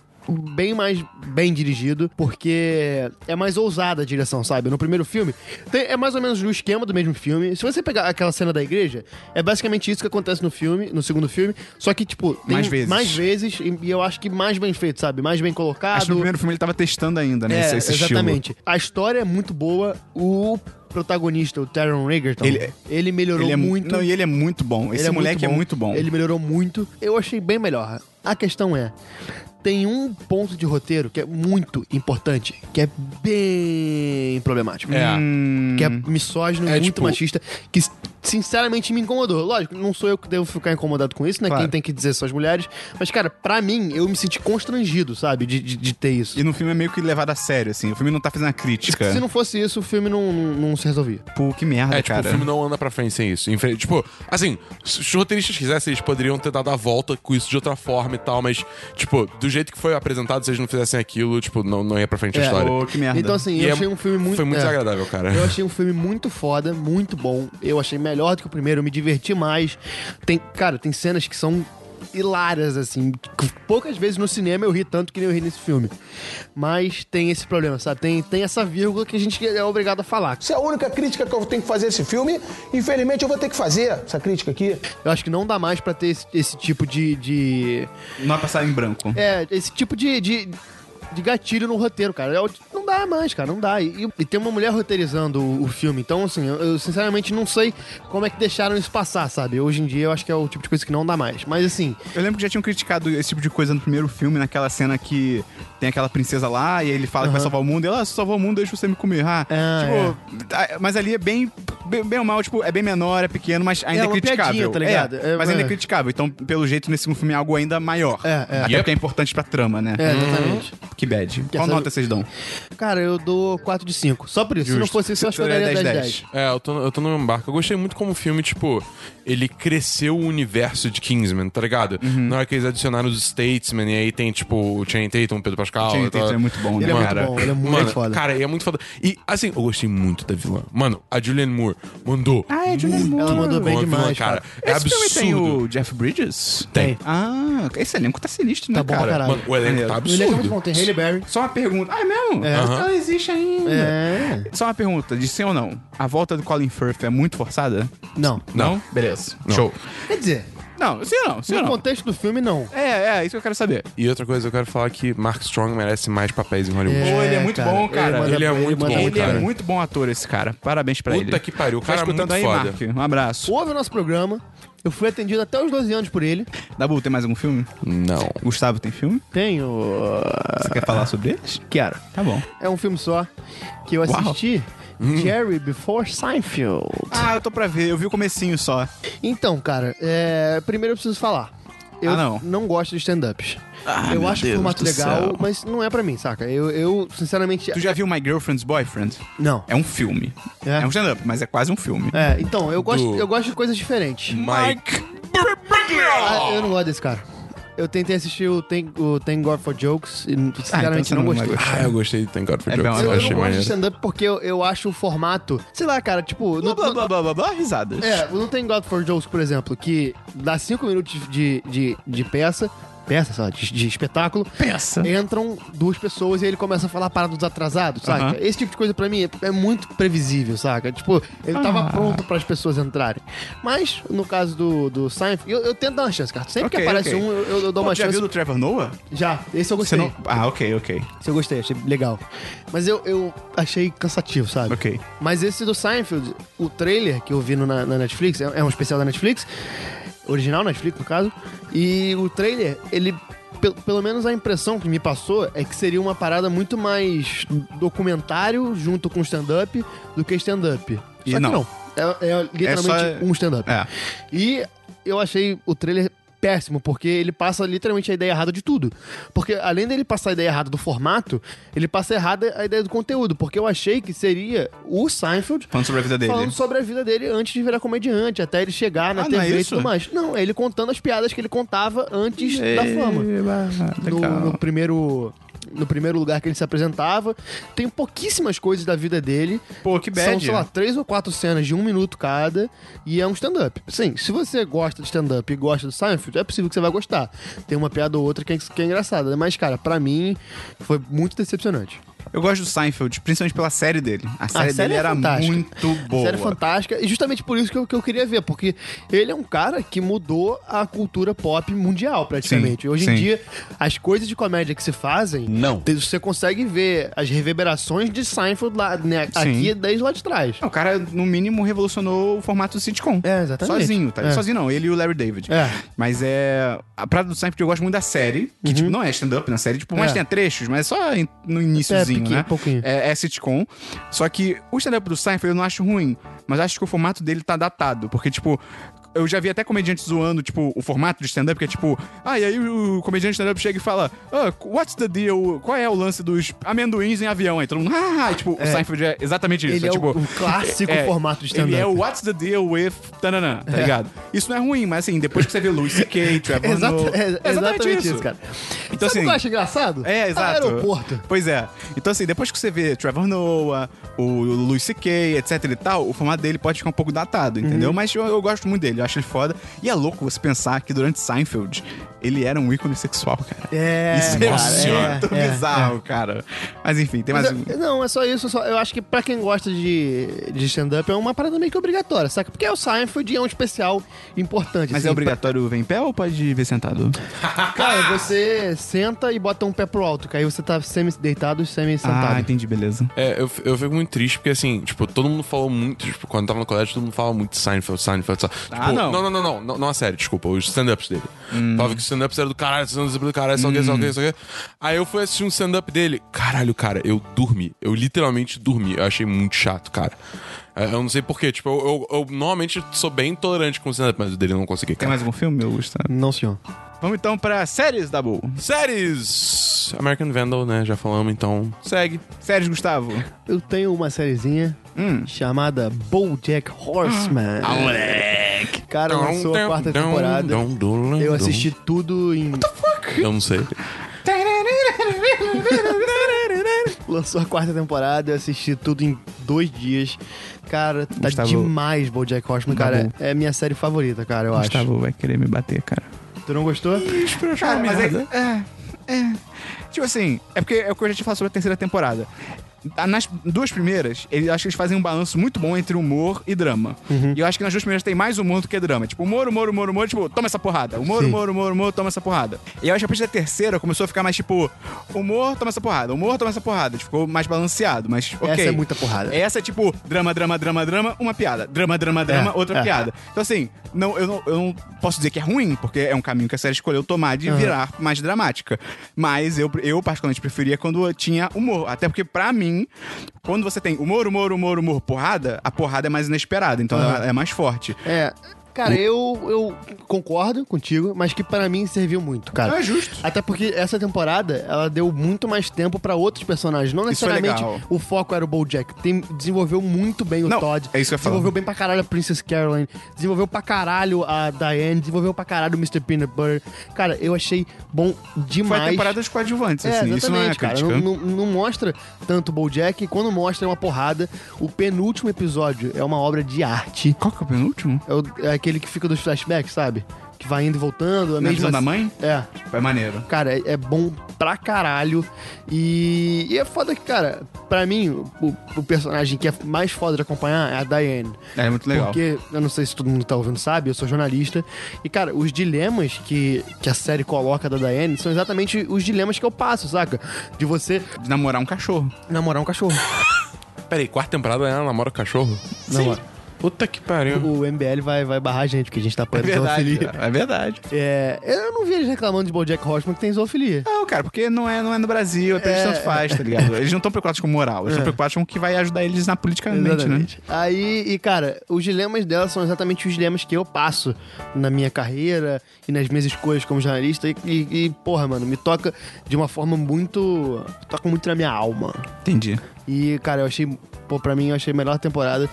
[SPEAKER 3] bem mais bem dirigido, porque é mais ousada a direção, sabe? No primeiro filme, tem- é mais ou menos o esquema do mesmo filme. Se você pegar aquela cena da igreja, é basicamente isso que acontece no filme, no segundo filme, só que, tipo, tem
[SPEAKER 1] Mais vezes.
[SPEAKER 3] mais vezes e, e eu acho que mais bem feito, sabe? Mais bem colocado.
[SPEAKER 1] Acho que no primeiro filme ele tava testando ainda, né?
[SPEAKER 3] É,
[SPEAKER 1] esse, esse estilo.
[SPEAKER 3] exatamente. A história é muito boa, o protagonista, o Taron Egerton, ele,
[SPEAKER 1] Ele-
[SPEAKER 3] melhorou
[SPEAKER 1] Ele é
[SPEAKER 3] muito.
[SPEAKER 1] muito... Não, e ele é muito bom. Esse
[SPEAKER 3] Ele
[SPEAKER 1] moleque é muito bom.
[SPEAKER 3] Ele melhorou muito. Eu achei bem melhor. A questão é, tem um ponto de roteiro que é muito importante, que é bem problemático.
[SPEAKER 2] É.
[SPEAKER 3] Que
[SPEAKER 1] Hum.
[SPEAKER 3] é misógino,
[SPEAKER 2] É,
[SPEAKER 3] muito
[SPEAKER 2] tipo-
[SPEAKER 3] machista, que sinceramente me incomodou. Lógico, não sou eu que devo ficar incomodado com isso, né?
[SPEAKER 1] Claro.
[SPEAKER 3] Quem tem que dizer são as mulheres. Mas, cara, pra mim, eu me senti constrangido, sabe? De, de, de ter isso.
[SPEAKER 1] E no filme é meio que levado a sério, assim. O filme não tá fazendo a crítica.
[SPEAKER 3] Se não fosse isso, o filme não, não, não se resolvia.
[SPEAKER 1] Pô, que merda,
[SPEAKER 2] É, tipo,
[SPEAKER 1] cara.
[SPEAKER 2] o filme não anda pra frente sem isso. Em frente- Tipo, assim, se os roteiristas quisessem, eles poderiam ter dado a volta com isso de outra forma e tal, mas, tipo, do jeito que foi apresentado, se eles não fizessem aquilo, tipo, não, não ia pra frente a
[SPEAKER 3] É,
[SPEAKER 2] história.
[SPEAKER 1] Pô, que merda.
[SPEAKER 3] Então, assim,
[SPEAKER 2] E
[SPEAKER 3] eu
[SPEAKER 2] é-
[SPEAKER 3] achei um filme muito.
[SPEAKER 2] Foi muito
[SPEAKER 3] é.
[SPEAKER 2] desagradável, cara.
[SPEAKER 3] Eu achei um filme muito foda, muito bom. Eu achei melhor do que o primeiro, eu me diverti mais. Tem, cara, tem cenas que são hilárias, assim. Poucas vezes no cinema eu ri tanto que nem eu ri nesse filme. Mas tem esse problema, sabe? Tem, tem essa vírgula que a gente é obrigado a falar.
[SPEAKER 5] Se é a única crítica que eu tenho que fazer a esse filme, infelizmente eu vou ter que fazer essa crítica aqui.
[SPEAKER 3] Eu acho que não dá mais pra ter esse, esse tipo de, de.
[SPEAKER 1] Não é passar em branco.
[SPEAKER 3] É, esse tipo de. de de gatilho no roteiro, cara. É o- Não dá mais, cara, não dá. E, e tem uma mulher roteirizando o, o filme, então, assim, eu, eu sinceramente não sei como é que deixaram isso passar, sabe? Hoje em dia eu acho que é o tipo de coisa que não dá mais. Mas, assim,
[SPEAKER 1] Eu lembro que já tinham criticado esse tipo de coisa no primeiro filme, naquela cena que tem aquela princesa lá e ele fala que vai salvar o mundo. E ela, ah, se salvar o mundo, deixa você me comer. Ah,
[SPEAKER 3] Ah,
[SPEAKER 1] tipo, ah, mas ali é bem, bem, bem ou mal, tipo, é bem menor, é pequeno, mas ainda
[SPEAKER 3] É
[SPEAKER 1] é,
[SPEAKER 3] uma
[SPEAKER 1] criticável.
[SPEAKER 3] piadinha, tá ligado?
[SPEAKER 1] É,
[SPEAKER 3] É,
[SPEAKER 1] mas ainda é
[SPEAKER 3] é.
[SPEAKER 1] criticável. Então, pelo jeito, nesse segundo filme é algo ainda maior.
[SPEAKER 3] É, é.
[SPEAKER 1] Até
[SPEAKER 2] Yep.
[SPEAKER 1] porque é importante pra trama, né?
[SPEAKER 3] é, exatamente.
[SPEAKER 1] Que bad. Qual
[SPEAKER 3] saber-
[SPEAKER 1] nota vocês dão?
[SPEAKER 3] Cara, eu dou 4 de 5. Só por isso. Se não
[SPEAKER 1] Justo.
[SPEAKER 3] fosse isso, eu acho que eu
[SPEAKER 1] Seria
[SPEAKER 3] daria 10 10.
[SPEAKER 1] 10.
[SPEAKER 2] É, eu tô, no- eu tô no mesmo barco. Eu gostei muito como o filme, tipo, ele cresceu o universo de Kingsman, tá ligado?
[SPEAKER 3] Uhum.
[SPEAKER 2] Na hora que eles adicionaram os Statesman, e aí tem, tipo, o Channing Tatum, Pedro Pascal.
[SPEAKER 1] Channing
[SPEAKER 2] e tal.
[SPEAKER 1] Tatum é muito bom, né?
[SPEAKER 3] Ele é muito
[SPEAKER 2] Mano,
[SPEAKER 3] bom, ele é muito
[SPEAKER 2] mano,
[SPEAKER 3] foda.
[SPEAKER 2] Cara, ele é muito foda. E, assim, eu gostei muito da vilã. Mano, a Julianne Moore mandou.
[SPEAKER 1] Ah, é Julianne
[SPEAKER 2] muito
[SPEAKER 1] Moore.
[SPEAKER 3] Ela mandou bem
[SPEAKER 2] a vilã,
[SPEAKER 3] demais,
[SPEAKER 2] cara.
[SPEAKER 3] cara.
[SPEAKER 2] É
[SPEAKER 1] Esse filme tem
[SPEAKER 2] absurdo.
[SPEAKER 1] o Jeff Bridges?
[SPEAKER 3] É.
[SPEAKER 2] Tem.
[SPEAKER 1] Ah, esse elenco tá sinistro,
[SPEAKER 3] Tá
[SPEAKER 1] né,
[SPEAKER 3] bom pra
[SPEAKER 1] cara?
[SPEAKER 3] caralho.
[SPEAKER 2] Mano, o elenco tá
[SPEAKER 3] O elenco é muito
[SPEAKER 2] absurdo.
[SPEAKER 3] bom. Tem Haley Berry.
[SPEAKER 1] Só uma pergunta. Ah, é mesmo? Ela existe ainda.
[SPEAKER 3] É.
[SPEAKER 1] Só uma pergunta, de sim ou não? A volta do Colin Firth é muito forçada?
[SPEAKER 3] Não.
[SPEAKER 2] Não.
[SPEAKER 1] Beleza.
[SPEAKER 2] Não.
[SPEAKER 1] Show.
[SPEAKER 3] Quer dizer,
[SPEAKER 1] Não, sim ou não? Sim ou
[SPEAKER 3] no
[SPEAKER 1] não?
[SPEAKER 3] contexto do filme, não.
[SPEAKER 1] É, é, isso que eu quero saber.
[SPEAKER 2] E outra coisa, eu quero falar que Mark Strong merece mais papéis em Hollywood.
[SPEAKER 1] Pô, ele é muito bom, cara.
[SPEAKER 3] manda-
[SPEAKER 2] Ele é muito
[SPEAKER 3] manda
[SPEAKER 2] bom,
[SPEAKER 3] muito
[SPEAKER 1] ele
[SPEAKER 2] cara.
[SPEAKER 1] é muito bom ator, esse cara. Parabéns pra
[SPEAKER 2] Puta
[SPEAKER 1] ele.
[SPEAKER 2] que pariu, o
[SPEAKER 1] Tá
[SPEAKER 2] cara é
[SPEAKER 1] escutando
[SPEAKER 2] muito
[SPEAKER 1] aí,
[SPEAKER 2] foda.
[SPEAKER 1] Mark? Um abraço.
[SPEAKER 3] Ouve o nosso programa. Eu fui atendido até os 12 anos por ele.
[SPEAKER 1] Dabu, tem mais algum filme?
[SPEAKER 3] É.
[SPEAKER 2] Não.
[SPEAKER 1] Gustavo, tem filme?
[SPEAKER 3] Tenho.
[SPEAKER 1] Você quer falar sobre eles?
[SPEAKER 3] Quero.
[SPEAKER 1] Tá bom.
[SPEAKER 3] É um filme só que eu assisti.
[SPEAKER 1] Hum.
[SPEAKER 3] Jerry Before Seinfeld.
[SPEAKER 1] Ah, eu tô pra ver. Eu vi o comecinho só.
[SPEAKER 3] Então, cara, é, primeiro eu preciso falar. Eu
[SPEAKER 1] Ah, não. Ah,
[SPEAKER 3] gosto de stand-ups. eu acho o formato legal, mas não é pra mim, saca? Eu, eu sinceramente.
[SPEAKER 1] Tu já viu My Girlfriend's Boyfriend?
[SPEAKER 3] Não.
[SPEAKER 1] É um filme.
[SPEAKER 3] É?
[SPEAKER 1] É, um stand-up, mas é quase um filme.
[SPEAKER 3] É, então, eu gosto,
[SPEAKER 2] Do-
[SPEAKER 3] eu gosto de coisas diferentes.
[SPEAKER 2] Mike.
[SPEAKER 3] Ah, eu não gosto desse cara. eu tentei assistir o Thank, o Thank God for Jokes e
[SPEAKER 1] então
[SPEAKER 3] sinceramente
[SPEAKER 1] você
[SPEAKER 3] não
[SPEAKER 1] não vai
[SPEAKER 3] gostei.
[SPEAKER 1] gostar.
[SPEAKER 2] Ah, eu gostei de Thank God for
[SPEAKER 1] É
[SPEAKER 2] Jokes.
[SPEAKER 1] bom,
[SPEAKER 2] eu achei
[SPEAKER 3] Eu, não gosto de
[SPEAKER 2] maneiro.
[SPEAKER 3] stand-up porque eu, eu acho o formato. Sei lá, cara, tipo.
[SPEAKER 1] Blá,
[SPEAKER 3] não-
[SPEAKER 1] blá,
[SPEAKER 3] não-
[SPEAKER 1] blá, blá, blá, blá, risadas.
[SPEAKER 3] É, não tem God for Jokes, por exemplo, que dá cinco minutos de, de, de peça. Peça, sei lá, de, de espetáculo.
[SPEAKER 1] Peça.
[SPEAKER 3] Entram duas pessoas e ele começa a falar a parada dos atrasados, saca?
[SPEAKER 1] Aham.
[SPEAKER 3] Esse tipo de coisa pra mim é, é muito previsível, saca? Tipo, ele tava
[SPEAKER 1] Ah.
[SPEAKER 3] pronto pras pessoas entrarem. Mas, no caso do, do Seinfeld, eu, eu tento dar uma chance, cara. Sempre
[SPEAKER 1] Ok,
[SPEAKER 3] que aparece
[SPEAKER 1] ok.
[SPEAKER 3] um, eu, eu- eu dou
[SPEAKER 1] Pô,
[SPEAKER 3] uma
[SPEAKER 1] já
[SPEAKER 3] chance.
[SPEAKER 1] viu do Trevor Noah?
[SPEAKER 3] Já, esse eu
[SPEAKER 1] Você
[SPEAKER 3] gostei.
[SPEAKER 1] não... Ah, ok, ok.
[SPEAKER 3] Esse eu gostei, achei legal. Mas eu, eu achei cansativo, sabe?
[SPEAKER 1] Ok.
[SPEAKER 3] Mas esse do Seinfeld, o trailer que eu vi no- na, na Netflix, é, é um especial da Netflix, original Netflix, no caso, e o trailer, ele. pe- Pelo menos a impressão que me passou é que seria uma parada muito mais documentário junto com stand-up do que stand-up. Só
[SPEAKER 1] E
[SPEAKER 3] que
[SPEAKER 1] não.
[SPEAKER 3] não. É, é literalmente
[SPEAKER 1] É só-
[SPEAKER 3] um stand-up.
[SPEAKER 1] É.
[SPEAKER 3] E eu achei o trailer péssimo, porque ele passa literalmente a ideia errada de tudo. Porque além dele passar a ideia errada do formato, ele passa errada a ideia do conteúdo, porque eu achei que seria o Seinfeld
[SPEAKER 1] Falando sobre a vida dele.
[SPEAKER 3] falando sobre a vida dele antes de virar comediante, até ele chegar na
[SPEAKER 1] Ah, não é
[SPEAKER 3] TV e
[SPEAKER 1] isso?
[SPEAKER 3] tudo mais. Não, é ele contando as piadas que ele contava antes da fama
[SPEAKER 1] É,
[SPEAKER 3] no, no primeiro no primeiro lugar que ele se apresentava. Tem pouquíssimas coisas da vida dele.
[SPEAKER 1] Pô, que
[SPEAKER 3] São,
[SPEAKER 1] bad.
[SPEAKER 3] sei lá, três ou quatro cenas de um minuto cada. E é um stand-up. Sim, se você gosta de stand-up e gosta do Seinfeld, é possível que você vai gostar. Tem uma piada ou outra que é, que é engraçada. Mas, cara, pra mim, foi muito decepcionante.
[SPEAKER 1] Eu gosto do Seinfeld, principalmente pela série dele. A série,
[SPEAKER 3] série
[SPEAKER 1] dele
[SPEAKER 3] é
[SPEAKER 1] era
[SPEAKER 3] fantástica.
[SPEAKER 1] muito boa.
[SPEAKER 3] A série é fantástica. E justamente por isso que eu, que eu queria ver. Porque ele é um cara que mudou a cultura pop mundial, praticamente.
[SPEAKER 1] Sim,
[SPEAKER 3] Hoje
[SPEAKER 1] sim.
[SPEAKER 3] em dia, as coisas de comédia que se fazem...
[SPEAKER 4] Não.
[SPEAKER 3] Te- Você consegue ver as reverberações de Seinfeld lá, né,
[SPEAKER 1] Sim.
[SPEAKER 3] aqui desde lá de trás.
[SPEAKER 1] O cara, no mínimo, revolucionou o formato do sitcom.
[SPEAKER 3] É, exatamente.
[SPEAKER 1] Sozinho, tá?
[SPEAKER 3] É.
[SPEAKER 1] Sozinho não, ele e o Larry David.
[SPEAKER 3] É.
[SPEAKER 1] Mas é. A Prada do Seinfeld eu gosto muito da série, que tipo, não é stand-up na série, tipo, mas
[SPEAKER 3] Uhum. É.
[SPEAKER 1] tem trechos, mas só em- no iníciozinho,
[SPEAKER 3] pequeno,
[SPEAKER 1] né?
[SPEAKER 3] pouquinho.
[SPEAKER 1] É, é sitcom. Só que o stand-up do Seinfeld eu não acho ruim, mas acho que o formato dele tá datado, porque tipo. Eu já vi até comediante zoando, tipo, o formato de stand-up, que é tipo, ah, e aí o comediante de stand-up chega e fala, ah, what's the deal? Qual é o lance dos amendoins em avião? Aí todo mundo, ah, ah", e, tipo, o Seinfeld é exatamente isso.
[SPEAKER 3] Ele é o-
[SPEAKER 1] tipo,
[SPEAKER 3] o clássico formato de stand-up.
[SPEAKER 1] Ele é o What's the deal with tananã, tá ligado? Isso não é ruim, mas assim, depois que você vê Louis C.K., Trevor
[SPEAKER 3] Exata-
[SPEAKER 1] Noah,
[SPEAKER 3] é- exatamente isso, cara.
[SPEAKER 1] Então,
[SPEAKER 3] Sabe o
[SPEAKER 1] assim,
[SPEAKER 3] que eu acho engraçado?
[SPEAKER 1] É, exato.
[SPEAKER 3] Aeroporto.
[SPEAKER 1] Pois é. Então, assim, depois que você vê Trevor Noah, o Louis C.K., etc e tal, o formato dele pode ficar um pouco datado,
[SPEAKER 3] Uhum.
[SPEAKER 1] entendeu? Mas eu, eu gosto muito dele, eu acho ele foda. E é louco você pensar que durante Seinfeld, ele era um ícone sexual, cara.
[SPEAKER 3] É,
[SPEAKER 1] Isso é
[SPEAKER 3] cara, é,
[SPEAKER 1] muito
[SPEAKER 3] é,
[SPEAKER 1] bizarro, cara. Mas enfim, tem mais
[SPEAKER 3] Mas
[SPEAKER 1] um...
[SPEAKER 3] eu- não, é só isso. só- eu acho que pra quem gosta de, de stand-up é uma parada meio que obrigatória, saca? Porque é o Seinfeld e é um especial importante.
[SPEAKER 1] Mas
[SPEAKER 3] assim,
[SPEAKER 1] é obrigatório ver em pé ou pode ver sentado?
[SPEAKER 3] pra- Cara, você senta e bota um pé pro alto, que aí você tá semi-deitado e
[SPEAKER 1] Ah,
[SPEAKER 3] semi-sentado.
[SPEAKER 1] entendi, beleza.
[SPEAKER 2] É, eu, f- eu fico muito triste porque, assim, tipo, todo mundo falou muito, tipo, quando eu tava no colégio, todo mundo falava muito de Seinfeld, Seinfeld, Seinfeld.
[SPEAKER 1] Ah,
[SPEAKER 2] Tipo,
[SPEAKER 1] não. Hum.
[SPEAKER 2] Não, não, não, não, não, não a série, desculpa, os stand-ups dele. Falava que os stand-ups eram do caralho, os stand-ups eram do caralho, sei o que, sei o que, sei o que. Aí eu fui assistir um stand-up dele, caralho, cara, eu dormi, eu literalmente dormi, eu achei muito chato, cara. É, Eu não sei porquê, tipo, eu, eu- eu normalmente sou bem tolerante com o stand-up, mas o dele eu não consegui,
[SPEAKER 1] Tem
[SPEAKER 2] cara.
[SPEAKER 1] mais algum filme, Gustavo?
[SPEAKER 3] Não, senhor.
[SPEAKER 1] Vamos então pra séries, Dabu.
[SPEAKER 2] Séries! American Vandal, né, já falamos, então segue.
[SPEAKER 1] Séries, Gustavo.
[SPEAKER 3] Eu tenho uma sériezinha chamada BoJack Horseman. Ah, moleque! Cara, lançou a quarta temporada. Eu assisti tudo em...
[SPEAKER 2] Eu não sei.
[SPEAKER 3] Lançou a quarta temporada, eu assisti tudo em dois dias. Cara, tá
[SPEAKER 1] Gustavo-
[SPEAKER 3] demais BoJack Horseman, cara.
[SPEAKER 1] Dabu.
[SPEAKER 3] É minha série favorita, cara, eu acho.
[SPEAKER 1] Gustavo vai querer me bater, cara.
[SPEAKER 3] Tu não gostou?
[SPEAKER 1] Cara, mas é, é, é. Tipo assim, é porque é o que eu já te falei sobre a terceira temporada. Ah, Nas duas primeiras, ele, acho que eles fazem um balanço muito bom entre humor e drama.
[SPEAKER 3] Uhum.
[SPEAKER 1] E eu acho que nas duas primeiras tem mais humor do que drama. Tipo, humor, humor, humor, humor, tipo, toma essa porrada. Humor,
[SPEAKER 3] Sim.
[SPEAKER 1] humor, humor, humor, toma essa porrada. E eu acho que a partir da terceira começou a ficar mais tipo, humor, toma essa porrada, humor, toma essa porrada. Tipo, Ficou mais balanceado, mas ok.
[SPEAKER 3] Essa é muita porrada.
[SPEAKER 1] Essa é tipo drama, drama, drama, drama, uma piada. Drama, drama, drama,
[SPEAKER 3] É,
[SPEAKER 1] outra
[SPEAKER 3] é.
[SPEAKER 1] piada. Então, assim, não, eu, não, eu não posso dizer que é ruim, porque é um caminho que a série escolheu tomar
[SPEAKER 3] Uhum.
[SPEAKER 1] de virar mais dramática. Mas eu, eu, particularmente, preferia quando eu tinha humor. Até porque, pra mim,
[SPEAKER 3] Uhum.
[SPEAKER 1] quando você tem humor, humor, humor, humor, porrada, a porrada é mais inesperada, então ela é mais é forte.
[SPEAKER 3] É, Cara, eu, eu concordo contigo, mas que pra mim serviu muito, cara.
[SPEAKER 1] É justo.
[SPEAKER 3] Até porque essa temporada, ela deu muito mais tempo pra outros personagens. Não
[SPEAKER 1] Isso foi
[SPEAKER 3] necessariamente
[SPEAKER 1] legal.
[SPEAKER 3] o foco era o BoJack. Tem, desenvolveu muito bem o
[SPEAKER 1] Não,
[SPEAKER 3] Todd.
[SPEAKER 1] é isso que eu ia falar.
[SPEAKER 3] Desenvolveu bem pra caralho a Princess Caroline. Desenvolveu pra caralho a Diane. Desenvolveu pra caralho o Mr. Peanut Butter. Cara, eu achei bom
[SPEAKER 1] Foi
[SPEAKER 3] demais.
[SPEAKER 1] a temporada dos coadjuvantes, assim. Isso não é
[SPEAKER 3] cara.
[SPEAKER 1] crítica.
[SPEAKER 3] Não, não- não mostra tanto o BoJack. e Quando mostra, é uma porrada. O penúltimo episódio é uma obra de arte.
[SPEAKER 1] Qual que é o penúltimo?
[SPEAKER 3] É, o- é aquele que fica dos flashbacks, sabe? Que vai indo e voltando. É
[SPEAKER 1] Na
[SPEAKER 3] mesmo
[SPEAKER 1] visão da mãe?
[SPEAKER 3] É.
[SPEAKER 1] É maneiro.
[SPEAKER 3] Cara, é, é bom pra caralho. E, e é foda que, cara, pra mim, o, o personagem que é mais foda de acompanhar é a Diane.
[SPEAKER 1] É muito legal.
[SPEAKER 3] Porque, eu não sei se todo mundo tá ouvindo sabe, eu sou jornalista. E, cara, os dilemas que, que a série coloca da Diane são exatamente os dilemas que eu passo, saca? De você
[SPEAKER 1] De namorar um cachorro.
[SPEAKER 3] namorar um cachorro.
[SPEAKER 2] Peraí, quarta temporada é ela namora o cachorro?
[SPEAKER 3] Namora.
[SPEAKER 2] Puta que pariu.
[SPEAKER 3] O MBL vai, vai barrar a gente, porque a gente tá apoiando zoofilia.
[SPEAKER 1] É verdade.
[SPEAKER 3] É, eu não vi eles reclamando de BoJack Horseman que tem zoofilia.
[SPEAKER 1] Não, cara, porque não é, não é no Brasil, até eles tanto faz, tá ligado? Eles não estão preocupados com moral,
[SPEAKER 3] É.
[SPEAKER 1] eles estão preocupados com o que vai ajudar eles na politicamente, né?
[SPEAKER 3] Aí, e cara, os dilemas dela são exatamente os dilemas que eu passo na minha carreira e nas minhas escolhas como jornalista. E, e- e, porra, mano, me toca de uma forma muito. toca muito na minha alma.
[SPEAKER 1] Entendi.
[SPEAKER 3] E, cara, eu achei. Pô, pra mim, eu achei a melhor temporada.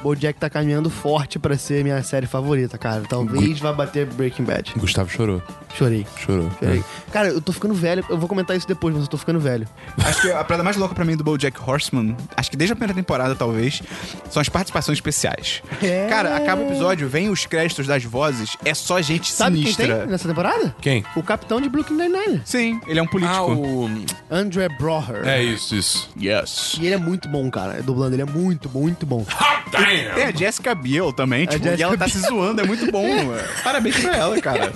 [SPEAKER 3] Bojack tá caminhando forte pra ser minha série favorita, cara. Talvez vá bater Breaking Bad.
[SPEAKER 2] Gustavo chorou.
[SPEAKER 3] Chorei.
[SPEAKER 2] Chorou. É.
[SPEAKER 3] Chorei. Cara, eu tô ficando velho. Eu vou comentar isso depois, mas eu tô ficando velho.
[SPEAKER 1] Acho que a parada mais louca pra mim do BoJack Horseman, acho que desde a primeira temporada, talvez, são as participações especiais.
[SPEAKER 3] É.
[SPEAKER 1] Cara, acaba o episódio, vem os créditos das vozes, é só gente
[SPEAKER 3] Sabe quem
[SPEAKER 1] sinistra.
[SPEAKER 3] tem nessa temporada?
[SPEAKER 2] Quem?
[SPEAKER 3] O capitão de Brooklyn Nine-Nine.
[SPEAKER 1] Sim, ele é um político.
[SPEAKER 2] Ah, o.
[SPEAKER 3] André Broher.
[SPEAKER 2] É isso, isso.
[SPEAKER 1] Yes.
[SPEAKER 3] E ele é muito bom, cara. Dublando, ele é muito, muito bom.
[SPEAKER 1] Tem É, a Jessica Biel também, tipo, e
[SPEAKER 3] Jessica
[SPEAKER 1] ela tá se zoando, é muito bom. mano. Parabéns pra ela, cara.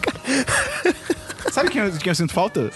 [SPEAKER 1] Sabe quem eu, de quem eu sinto falta?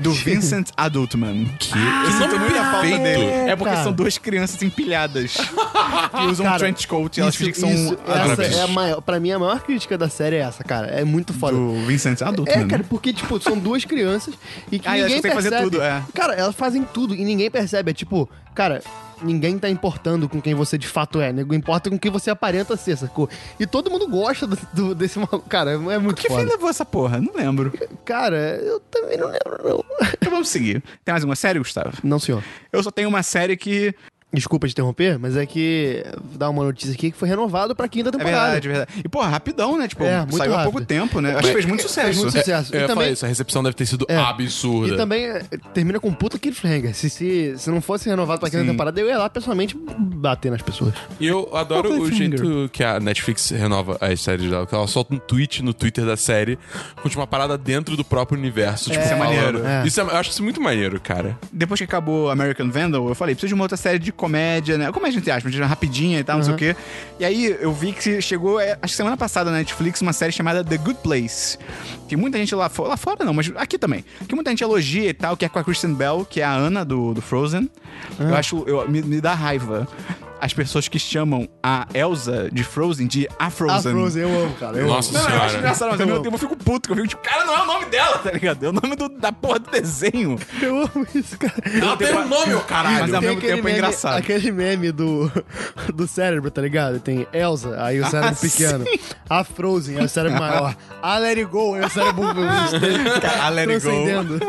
[SPEAKER 1] Do Vincent Adultman. Que
[SPEAKER 3] Ah,
[SPEAKER 1] eu sinto muita falta
[SPEAKER 2] perfeito.
[SPEAKER 1] dele. É porque
[SPEAKER 3] cara.
[SPEAKER 1] são duas crianças empilhadas que usam um
[SPEAKER 3] Cara,
[SPEAKER 1] trench coat e elas fingem que são
[SPEAKER 3] isso, essa
[SPEAKER 1] adultas.
[SPEAKER 3] é a maior, Pra mim, a maior crítica da série é essa, cara. É muito foda.
[SPEAKER 1] Do Vincent Adultman.
[SPEAKER 3] É, cara, porque, tipo, são duas crianças e que
[SPEAKER 1] Ah, elas
[SPEAKER 3] ninguém
[SPEAKER 1] conseguem fazer
[SPEAKER 3] percebe.
[SPEAKER 1] tudo, é.
[SPEAKER 3] Cara, elas fazem tudo e ninguém percebe. É tipo, cara, ninguém tá importando com quem você de fato é. Nego importa com quem você aparenta ser, sacou? E todo mundo gosta do, do- desse maluco. Cara, é muito
[SPEAKER 1] Que fim
[SPEAKER 3] foda.
[SPEAKER 1] levou essa porra? Não lembro.
[SPEAKER 3] Cara, eu também não lembro, não.
[SPEAKER 1] Então vamos seguir. Tem mais uma série, Gustavo?
[SPEAKER 3] Não, senhor.
[SPEAKER 1] Eu só tenho uma série que é
[SPEAKER 3] Desculpa te interromper, mas é que dá uma notícia aqui que foi renovado pra quinta
[SPEAKER 1] É
[SPEAKER 3] temporada.
[SPEAKER 1] verdade, é verdade. E, porra, rapidão, né? Tipo,
[SPEAKER 3] É, muito
[SPEAKER 1] saiu há
[SPEAKER 3] rápido.
[SPEAKER 1] pouco tempo, né? Acho que fez muito sucesso.
[SPEAKER 3] Fez muito sucesso.
[SPEAKER 2] É, Eu
[SPEAKER 3] e
[SPEAKER 2] ia falar
[SPEAKER 3] também,
[SPEAKER 2] isso, a recepção deve ter sido
[SPEAKER 3] É.
[SPEAKER 2] absurda.
[SPEAKER 3] e também eh, termina com um puta cliffhanger. Se, se, se não fosse renovado pra quinta temporada, eu ia lá pessoalmente bater nas pessoas.
[SPEAKER 2] E eu adoro o
[SPEAKER 1] cliffhanger.
[SPEAKER 2] jeito que a Netflix renova as séries dela, que ela solta um tweet no Twitter da série com tipo, uma parada dentro do próprio universo. tipo,
[SPEAKER 1] isso é
[SPEAKER 2] falando.
[SPEAKER 1] maneiro.
[SPEAKER 3] É.
[SPEAKER 2] Isso é- eu acho isso muito maneiro, cara.
[SPEAKER 1] Depois que acabou American Vandal, eu falei, preciso de uma outra série de comédia, né? Comédia entre aspas, de uma rapidinha e tal, não sei o quê. E aí eu vi que chegou, é, acho que semana passada na Netflix, uma série chamada The Good Place. Que muita gente lá fora, lá fora não, mas aqui também. Que muita gente elogia e tal, que é com a Kristen Bell, que é a Ana do, do Frozen.
[SPEAKER 3] Ah.
[SPEAKER 1] Eu acho, eu, me, me dá raiva. As pessoas que chamam a Elsa de Frozen de A Frozen.
[SPEAKER 3] A Ah, Frozen, Tá eu amo, cara. Eu
[SPEAKER 2] Nossa
[SPEAKER 1] Não, eu acho
[SPEAKER 2] senhora.
[SPEAKER 1] engraçado, mas ao mesmo tempo eu fico puto, que eu fico tipo, cara, não é o nome dela, tá ligado? É o nome do- da porra do desenho.
[SPEAKER 3] amo. Eu amo isso, cara.
[SPEAKER 2] Ela tem um nome, ô
[SPEAKER 1] Mas
[SPEAKER 2] caralho.
[SPEAKER 1] ao
[SPEAKER 3] Tem
[SPEAKER 1] mesmo
[SPEAKER 3] aquele
[SPEAKER 1] tempo é
[SPEAKER 3] meme-
[SPEAKER 1] engraçado.
[SPEAKER 3] Aquele meme do, do cérebro, tá ligado? Tem Elsa,
[SPEAKER 1] Ah,
[SPEAKER 3] aí o cérebro pequeno. A Frozen, aí o cérebro maior. A Let It Go, aí o cérebro Tá,
[SPEAKER 1] A Let It Go.
[SPEAKER 3] transcendendo.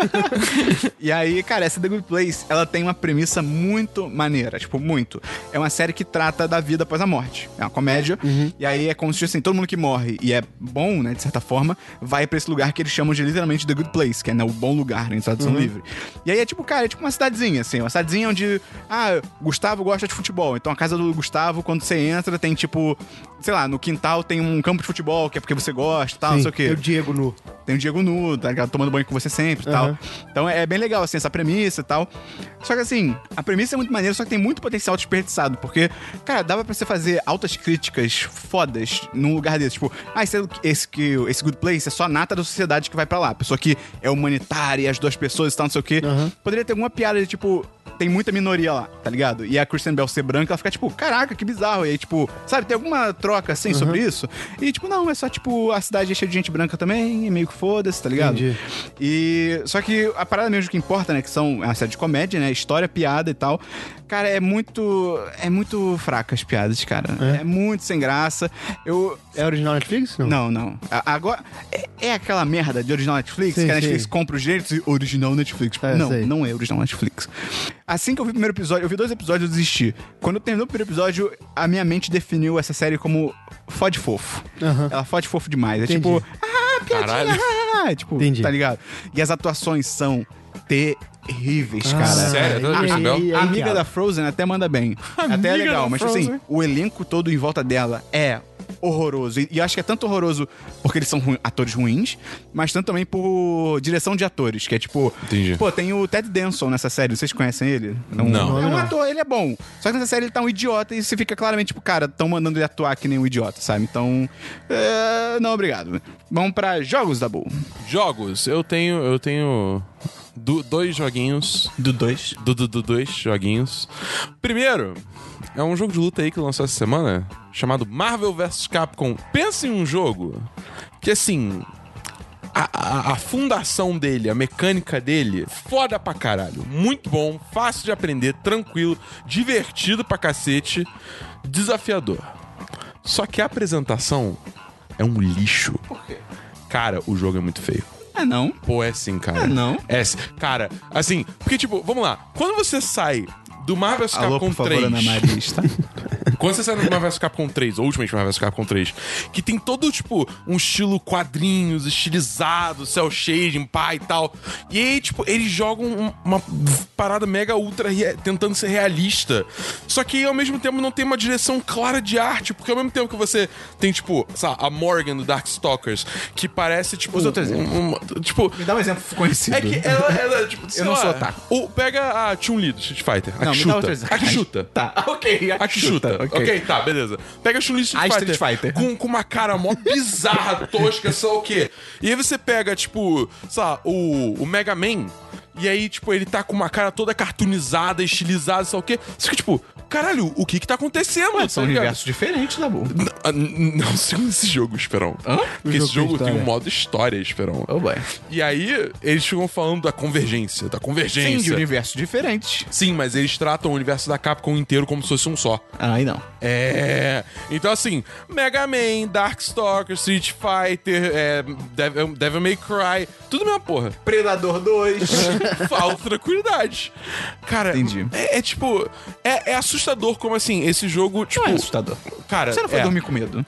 [SPEAKER 1] E aí, cara, essa The Good Place, ela tem uma premissa muito maneira, tipo, muito. É uma série que trata da vida após a morte. É uma comédia. E aí é como se assim, todo mundo que morre e é bom, né, de certa forma, vai pra esse lugar que eles chamam de literalmente The Good Place, que é né, o bom lugar, né, em tradução livre. E aí é tipo, cara, é tipo uma cidadezinha, assim, uma cidadezinha onde, ah, Gustavo gosta de futebol, então a casa do Gustavo, quando você entra, tem tipo, sei lá, no quintal tem um campo de futebol, que é porque você gosta, e tal, não sei o quê.
[SPEAKER 3] E É o Diego nu.
[SPEAKER 1] Tem o Diego nu, tá ligado? Tomando banho com você sempre e tal.
[SPEAKER 3] Aham.
[SPEAKER 1] Então é bem legal, assim, essa premissa e tal. Só que assim, a premissa é muito maneira, só que tem muito potencial desperdiçado, porque, cara, dava pra você fazer altas críticas fodas num lugar desse. Tipo, ah, esse, esse, que- esse Good Place é só a nata da sociedade que vai pra lá. A pessoa que é humanitária, as duas pessoas e tal, não sei o quê. Poderia ter alguma piada de tipo. Tem muita minoria lá, tá ligado? E a Kristen Bell ser branca, ela fica tipo, caraca, que bizarro. E aí, tipo, sabe, tem alguma troca assim sobre isso? E tipo, não, é só tipo, a cidade é cheia de gente branca também, e meio que foda-se, tá ligado?
[SPEAKER 3] Entendi.
[SPEAKER 1] E só que a parada mesmo que importa, né, que são é uma série de comédia, né, história, piada e tal. Cara, é muito. É muito fraca as piadas, cara. É, muito sem graça. Eu.
[SPEAKER 3] É original Netflix? Não.
[SPEAKER 1] Não, não. A- Agora. É, é aquela merda de original Netflix,
[SPEAKER 3] Sim,
[SPEAKER 1] que a Netflix
[SPEAKER 3] sim.
[SPEAKER 1] compra os direitos e original Netflix.
[SPEAKER 3] É,
[SPEAKER 1] não,
[SPEAKER 3] sei.
[SPEAKER 1] não é original Netflix. Assim que eu vi o primeiro episódio, eu vi dois episódios e eu desisti. Quando terminou o primeiro episódio, a minha mente definiu essa série como fode fofo.
[SPEAKER 3] Aham.
[SPEAKER 1] Ela fode fofo demais. É
[SPEAKER 3] Entendi.
[SPEAKER 1] tipo, ah, piadinha,
[SPEAKER 2] Caralho.
[SPEAKER 1] ah, ah", tipo,
[SPEAKER 3] Entendi.
[SPEAKER 1] tá ligado? E as atuações são terríveis, cara.
[SPEAKER 2] sério?
[SPEAKER 3] Ah,
[SPEAKER 2] Dona
[SPEAKER 3] e-
[SPEAKER 2] Isabel?
[SPEAKER 3] e- e-
[SPEAKER 1] A amiga
[SPEAKER 3] piada.
[SPEAKER 1] da Frozen até manda bem. até é
[SPEAKER 2] Amiga
[SPEAKER 1] legal,
[SPEAKER 2] da
[SPEAKER 1] mas tipo assim,
[SPEAKER 2] Frozen.
[SPEAKER 1] o elenco todo em volta dela é horroroso. E, e eu acho que é tanto horroroso porque eles são ruim- atores ruins, mas tanto também por direção de atores, que é tipo.
[SPEAKER 2] Entendi.
[SPEAKER 1] Pô, tem o Ted Danson nessa série, vocês conhecem ele? É um-
[SPEAKER 2] Não.
[SPEAKER 1] É um
[SPEAKER 3] Não.
[SPEAKER 1] ator, ele é bom. Só que nessa série ele tá um idiota e você fica claramente, tipo, cara, tão mandando ele atuar que nem um idiota, sabe? Então. é, Não, obrigado. Vamos pra jogos da Bull.
[SPEAKER 2] Jogos, eu tenho. Eu tenho. du- dois joguinhos.
[SPEAKER 1] Do 2.
[SPEAKER 2] Do, do, do- dois joguinhos. Primeiro, é um jogo de luta aí que lançou essa semana, chamado Marvel vs Capcom. Pensa em um jogo que assim. A, a- a fundação dele, a mecânica dele, foda pra caralho. Muito bom, fácil de aprender, tranquilo, divertido pra cacete, desafiador. Só que a apresentação é um lixo. Por quê? Cara, o jogo é muito feio.
[SPEAKER 1] Ah, não.
[SPEAKER 2] Pô, é sim, cara.
[SPEAKER 1] Ah, não?
[SPEAKER 2] É sim. Cara, assim, porque, tipo, vamos lá. Quando você sai do Marvel vs
[SPEAKER 1] Alô,
[SPEAKER 2] Capcom
[SPEAKER 1] por favor,
[SPEAKER 2] 3.
[SPEAKER 1] Ana Marista.
[SPEAKER 2] Quando você sai do Marvel vs Capcom 3, ou Ultimate Marvel vs Capcom 3, que tem todo, tipo, um estilo quadrinhos, estilizado, cel shading, pá e tal. E aí, tipo, eles jogam um- uma parada mega ultra rea- tentando ser realista. Só que ao mesmo tempo não tem uma direção clara de arte, porque ao mesmo tempo que você tem, tipo, sabe, a Morgan do Darkstalkers, que parece, tipo.
[SPEAKER 1] Usa outro exemplo.
[SPEAKER 2] um- um- tipo,
[SPEAKER 1] Me dá um exemplo conhecido.
[SPEAKER 2] é que ela, ela tipo, sei
[SPEAKER 1] não
[SPEAKER 2] lá,
[SPEAKER 1] sou otaku.
[SPEAKER 2] o- pega a Chun-Li do Street Fighter. A
[SPEAKER 1] Não,
[SPEAKER 2] que
[SPEAKER 1] me dá
[SPEAKER 2] chuta.
[SPEAKER 1] outro exemplo.
[SPEAKER 2] A que chuta.
[SPEAKER 1] Tá, ok.
[SPEAKER 2] A que chuta. Ok, tá, beleza. Pega a Chun-Li do Street
[SPEAKER 1] A
[SPEAKER 2] Fighter.
[SPEAKER 1] Street Fighter.
[SPEAKER 2] Com, com uma cara mó bizarra, tosca, sei lá o quê. E aí você pega, tipo, sei lá, o, o Mega Man. E aí, tipo, ele tá com uma cara toda cartoonizada, estilizada, sei lá o quê. Você fica, tipo, caralho, o que que tá acontecendo? Tá
[SPEAKER 1] São
[SPEAKER 2] ligado?
[SPEAKER 1] universos diferentes, da boa.
[SPEAKER 2] N- ah, n- Não siga esse jogo, Esperão. Porque
[SPEAKER 3] O jogo
[SPEAKER 2] esse jogo
[SPEAKER 3] tem
[SPEAKER 2] tem um
[SPEAKER 3] história.
[SPEAKER 2] modo história, Esperão.
[SPEAKER 1] Oh, boy.
[SPEAKER 2] E aí, eles ficam falando da convergência,
[SPEAKER 1] Sim, de
[SPEAKER 2] da convergência. Sim,
[SPEAKER 1] universos diferentes.
[SPEAKER 2] mas eles tratam o universo da Capcom inteiro como se fosse um só.
[SPEAKER 1] Aí não.
[SPEAKER 2] É. Então, assim, Mega Man, Darkstalker, Street Fighter, é, Devil, Devil May Cry, tudo mesma porra.
[SPEAKER 1] Predador 2.
[SPEAKER 2] Falta tranquilidade. Cara,
[SPEAKER 1] Entendi.
[SPEAKER 2] É, é tipo. É, é assustador como assim, esse jogo, tipo.
[SPEAKER 1] Não é assustador.
[SPEAKER 2] Cara,
[SPEAKER 1] Você não foi
[SPEAKER 2] é.
[SPEAKER 1] dormir com medo.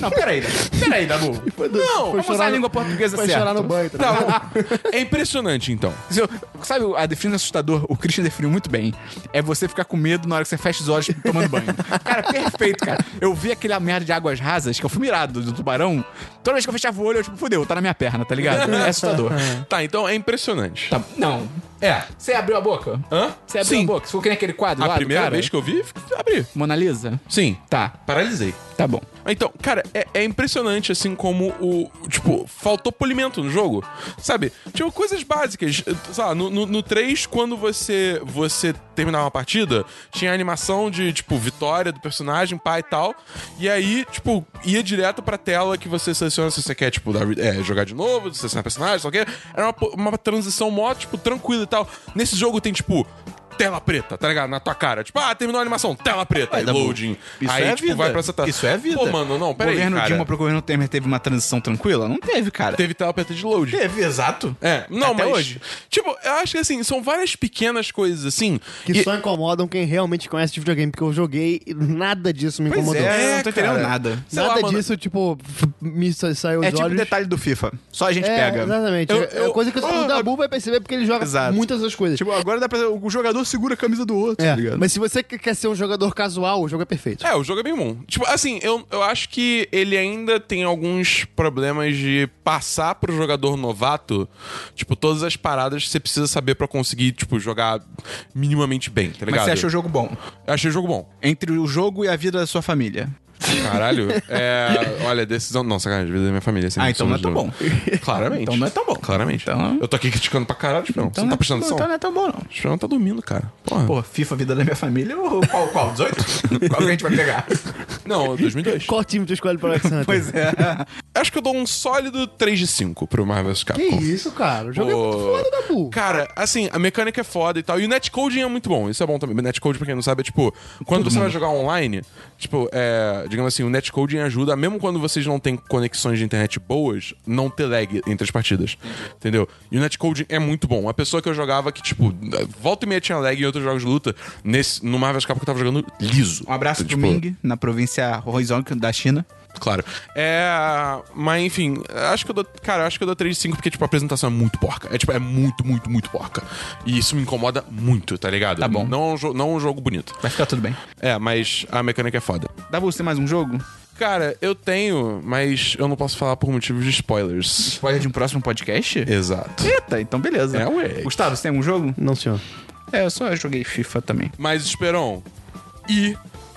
[SPEAKER 1] Não, peraí. Dabu. Peraí, Dabu.
[SPEAKER 2] Não,
[SPEAKER 1] Vamos usar a língua portuguesa
[SPEAKER 3] Vai
[SPEAKER 1] certa.
[SPEAKER 3] chorar no banho, tá?
[SPEAKER 2] tá, é impressionante, então.
[SPEAKER 1] Se eu- Sabe a definição assustador? O Christian definiu muito bem. É você ficar com medo na hora que você fecha os olhos tomando banho. cara, perfeito, cara. Eu vi aquela merda de águas rasas, que é eu fui mirado do tubarão. Toda vez que eu fechava o olho, eu tipo, fudeu, tá na minha perna, tá ligado? É assustador.
[SPEAKER 2] Tá, então é impressionante.
[SPEAKER 1] Tá- não.
[SPEAKER 2] É.
[SPEAKER 1] Você abriu a boca?
[SPEAKER 2] Hã?
[SPEAKER 1] Você abriu
[SPEAKER 2] Sim.
[SPEAKER 1] a boca? Você ficou que nem aquele quadro
[SPEAKER 2] A
[SPEAKER 1] lá
[SPEAKER 2] primeira
[SPEAKER 1] do cara?
[SPEAKER 2] vez que eu vi, abri.
[SPEAKER 1] Mona Lisa?
[SPEAKER 2] Sim.
[SPEAKER 1] Tá,
[SPEAKER 2] Paralisei.
[SPEAKER 1] tá bom.
[SPEAKER 2] Então, cara, é, é impressionante, assim, como o. Tipo, faltou polimento no jogo. Sabe? Tipo, coisas básicas. Sabe, no, no, no 3, quando você você terminava uma partida, tinha a animação de, tipo, vitória do personagem, pai e tal. E aí, tipo, ia direto pra tela que você seleciona se você quer, tipo, dar, é, jogar de novo, selecionar personagem, sei lá o quê. Era uma, po- uma transição mó, tipo, tranquila e tal. Nesse jogo tem, tipo. Tela preta, tá ligado? Na tua cara. Tipo, ah, terminou a animação, tela preta. Aí,
[SPEAKER 1] Dabu,
[SPEAKER 2] loading.
[SPEAKER 1] isso
[SPEAKER 2] aí,
[SPEAKER 1] é
[SPEAKER 2] tipo,
[SPEAKER 1] vida.
[SPEAKER 2] vai pra essa tela.
[SPEAKER 1] Isso é vida.
[SPEAKER 2] Pô, mano, não,
[SPEAKER 1] O
[SPEAKER 2] peraí.
[SPEAKER 1] governo
[SPEAKER 2] cara.
[SPEAKER 1] Dilma pro governo Temer teve uma transição tranquila? Não teve, cara.
[SPEAKER 2] Teve tela preta de load.
[SPEAKER 1] Teve, exato.
[SPEAKER 2] É, não,
[SPEAKER 1] Até
[SPEAKER 2] mas.
[SPEAKER 1] hoje.
[SPEAKER 2] Tipo, eu acho que assim, são várias pequenas coisas assim.
[SPEAKER 3] Que
[SPEAKER 2] e-
[SPEAKER 3] só incomodam quem realmente conhece de videogame, porque eu joguei e nada disso me
[SPEAKER 1] é,
[SPEAKER 3] incomodou.
[SPEAKER 1] eu não tô
[SPEAKER 2] cara.
[SPEAKER 1] entendendo nada.
[SPEAKER 2] Sei lá,
[SPEAKER 3] Nada
[SPEAKER 2] mano,
[SPEAKER 3] disso, tipo, f- me sa- saiu os
[SPEAKER 1] É tipo
[SPEAKER 3] olhos.
[SPEAKER 1] detalhe do FIFA. Só a gente
[SPEAKER 3] É,
[SPEAKER 1] pega.
[SPEAKER 3] exatamente.
[SPEAKER 2] Eu-
[SPEAKER 3] é
[SPEAKER 2] eu-
[SPEAKER 3] coisa que
[SPEAKER 2] Ah,
[SPEAKER 3] o Dabu vai perceber porque ele joga
[SPEAKER 1] Exato.
[SPEAKER 3] muitas das coisas.
[SPEAKER 1] Tipo, agora dá pra. O jogador segura a camisa do outro,
[SPEAKER 3] É,
[SPEAKER 1] tá ligado?
[SPEAKER 3] mas se você que- quer ser um jogador casual, o jogo é perfeito.
[SPEAKER 2] É, o jogo é bem bom. Tipo, assim, eu, eu acho que ele ainda tem alguns problemas de passar pro jogador novato, tipo, todas as paradas que você precisa saber pra conseguir, tipo, jogar minimamente bem, tá
[SPEAKER 1] Mas
[SPEAKER 2] ligado?
[SPEAKER 1] você achou o jogo bom?
[SPEAKER 2] Eu achei o jogo bom.
[SPEAKER 1] Entre o jogo e a vida da sua família.
[SPEAKER 2] Caralho. É, olha, decisão. Não, sacanagem, vida da minha família. sem
[SPEAKER 1] Ah, então não é
[SPEAKER 2] noção
[SPEAKER 1] tão
[SPEAKER 2] de
[SPEAKER 1] bom.
[SPEAKER 2] jogo. Claramente.
[SPEAKER 1] Então não é tão bom.
[SPEAKER 2] Claramente.
[SPEAKER 1] Então-
[SPEAKER 2] Eu tô aqui criticando pra caralho, Chipão. Você
[SPEAKER 1] Então não
[SPEAKER 2] não tá
[SPEAKER 1] é-
[SPEAKER 2] prestando atenção?
[SPEAKER 1] Então não é tão bom, não.
[SPEAKER 2] O Chipão tá dormindo, cara. Porra.
[SPEAKER 1] Pô, FIFA, vida da minha família ou qual? Qual? 18? qual que a gente vai pegar?
[SPEAKER 2] Não, 2002.
[SPEAKER 3] Qual time tu escolhe pra Alexander?
[SPEAKER 1] Pois é.
[SPEAKER 2] Acho que eu dou um sólido 3 de 5 pro Marvel vs.
[SPEAKER 3] Que
[SPEAKER 2] Capcom.
[SPEAKER 3] isso, cara? O jogo é muito
[SPEAKER 2] Pô.
[SPEAKER 3] foda, Dabu.
[SPEAKER 2] Cara, assim, a mecânica é foda e tal. E o netcoding é muito bom. Isso é bom também. O netcode, pra quem não sabe, é tipo, quando você vai jogar online, tipo, é, digamos assim, o netcoding ajuda, mesmo quando vocês não têm conexões de internet boas, não ter lag entre as partidas. Entendeu? E o netcoding é muito bom. A pessoa que eu jogava que, tipo, volta e meia tinha lag em outros jogos de luta, nesse, no Marvel's Capcom eu tava jogando liso.
[SPEAKER 1] Um abraço pro
[SPEAKER 2] Tipo,
[SPEAKER 1] Ming, na província Huizong da China.
[SPEAKER 2] Claro. É. Mas enfim, acho que eu dou. Cara, acho que eu dou 3 de 5 porque, tipo, a apresentação é muito porca. É tipo, é muito, muito, muito porca. E isso me incomoda muito, tá ligado?
[SPEAKER 1] Tá bom.
[SPEAKER 2] Não é um, jo- não é um jogo bonito.
[SPEAKER 1] Vai ficar tudo bem.
[SPEAKER 2] É, mas a mecânica é foda.
[SPEAKER 1] Dá pra você mais um jogo?
[SPEAKER 2] Cara, eu tenho, mas eu não posso falar por motivos de spoilers.
[SPEAKER 1] Spoiler de um próximo podcast?
[SPEAKER 2] Exato.
[SPEAKER 1] Eita, então beleza.
[SPEAKER 2] É, ué.
[SPEAKER 1] Gustavo, você tem algum jogo?
[SPEAKER 3] Não, senhor.
[SPEAKER 1] É, eu só joguei FIFA também.
[SPEAKER 2] Mas, Esperon, e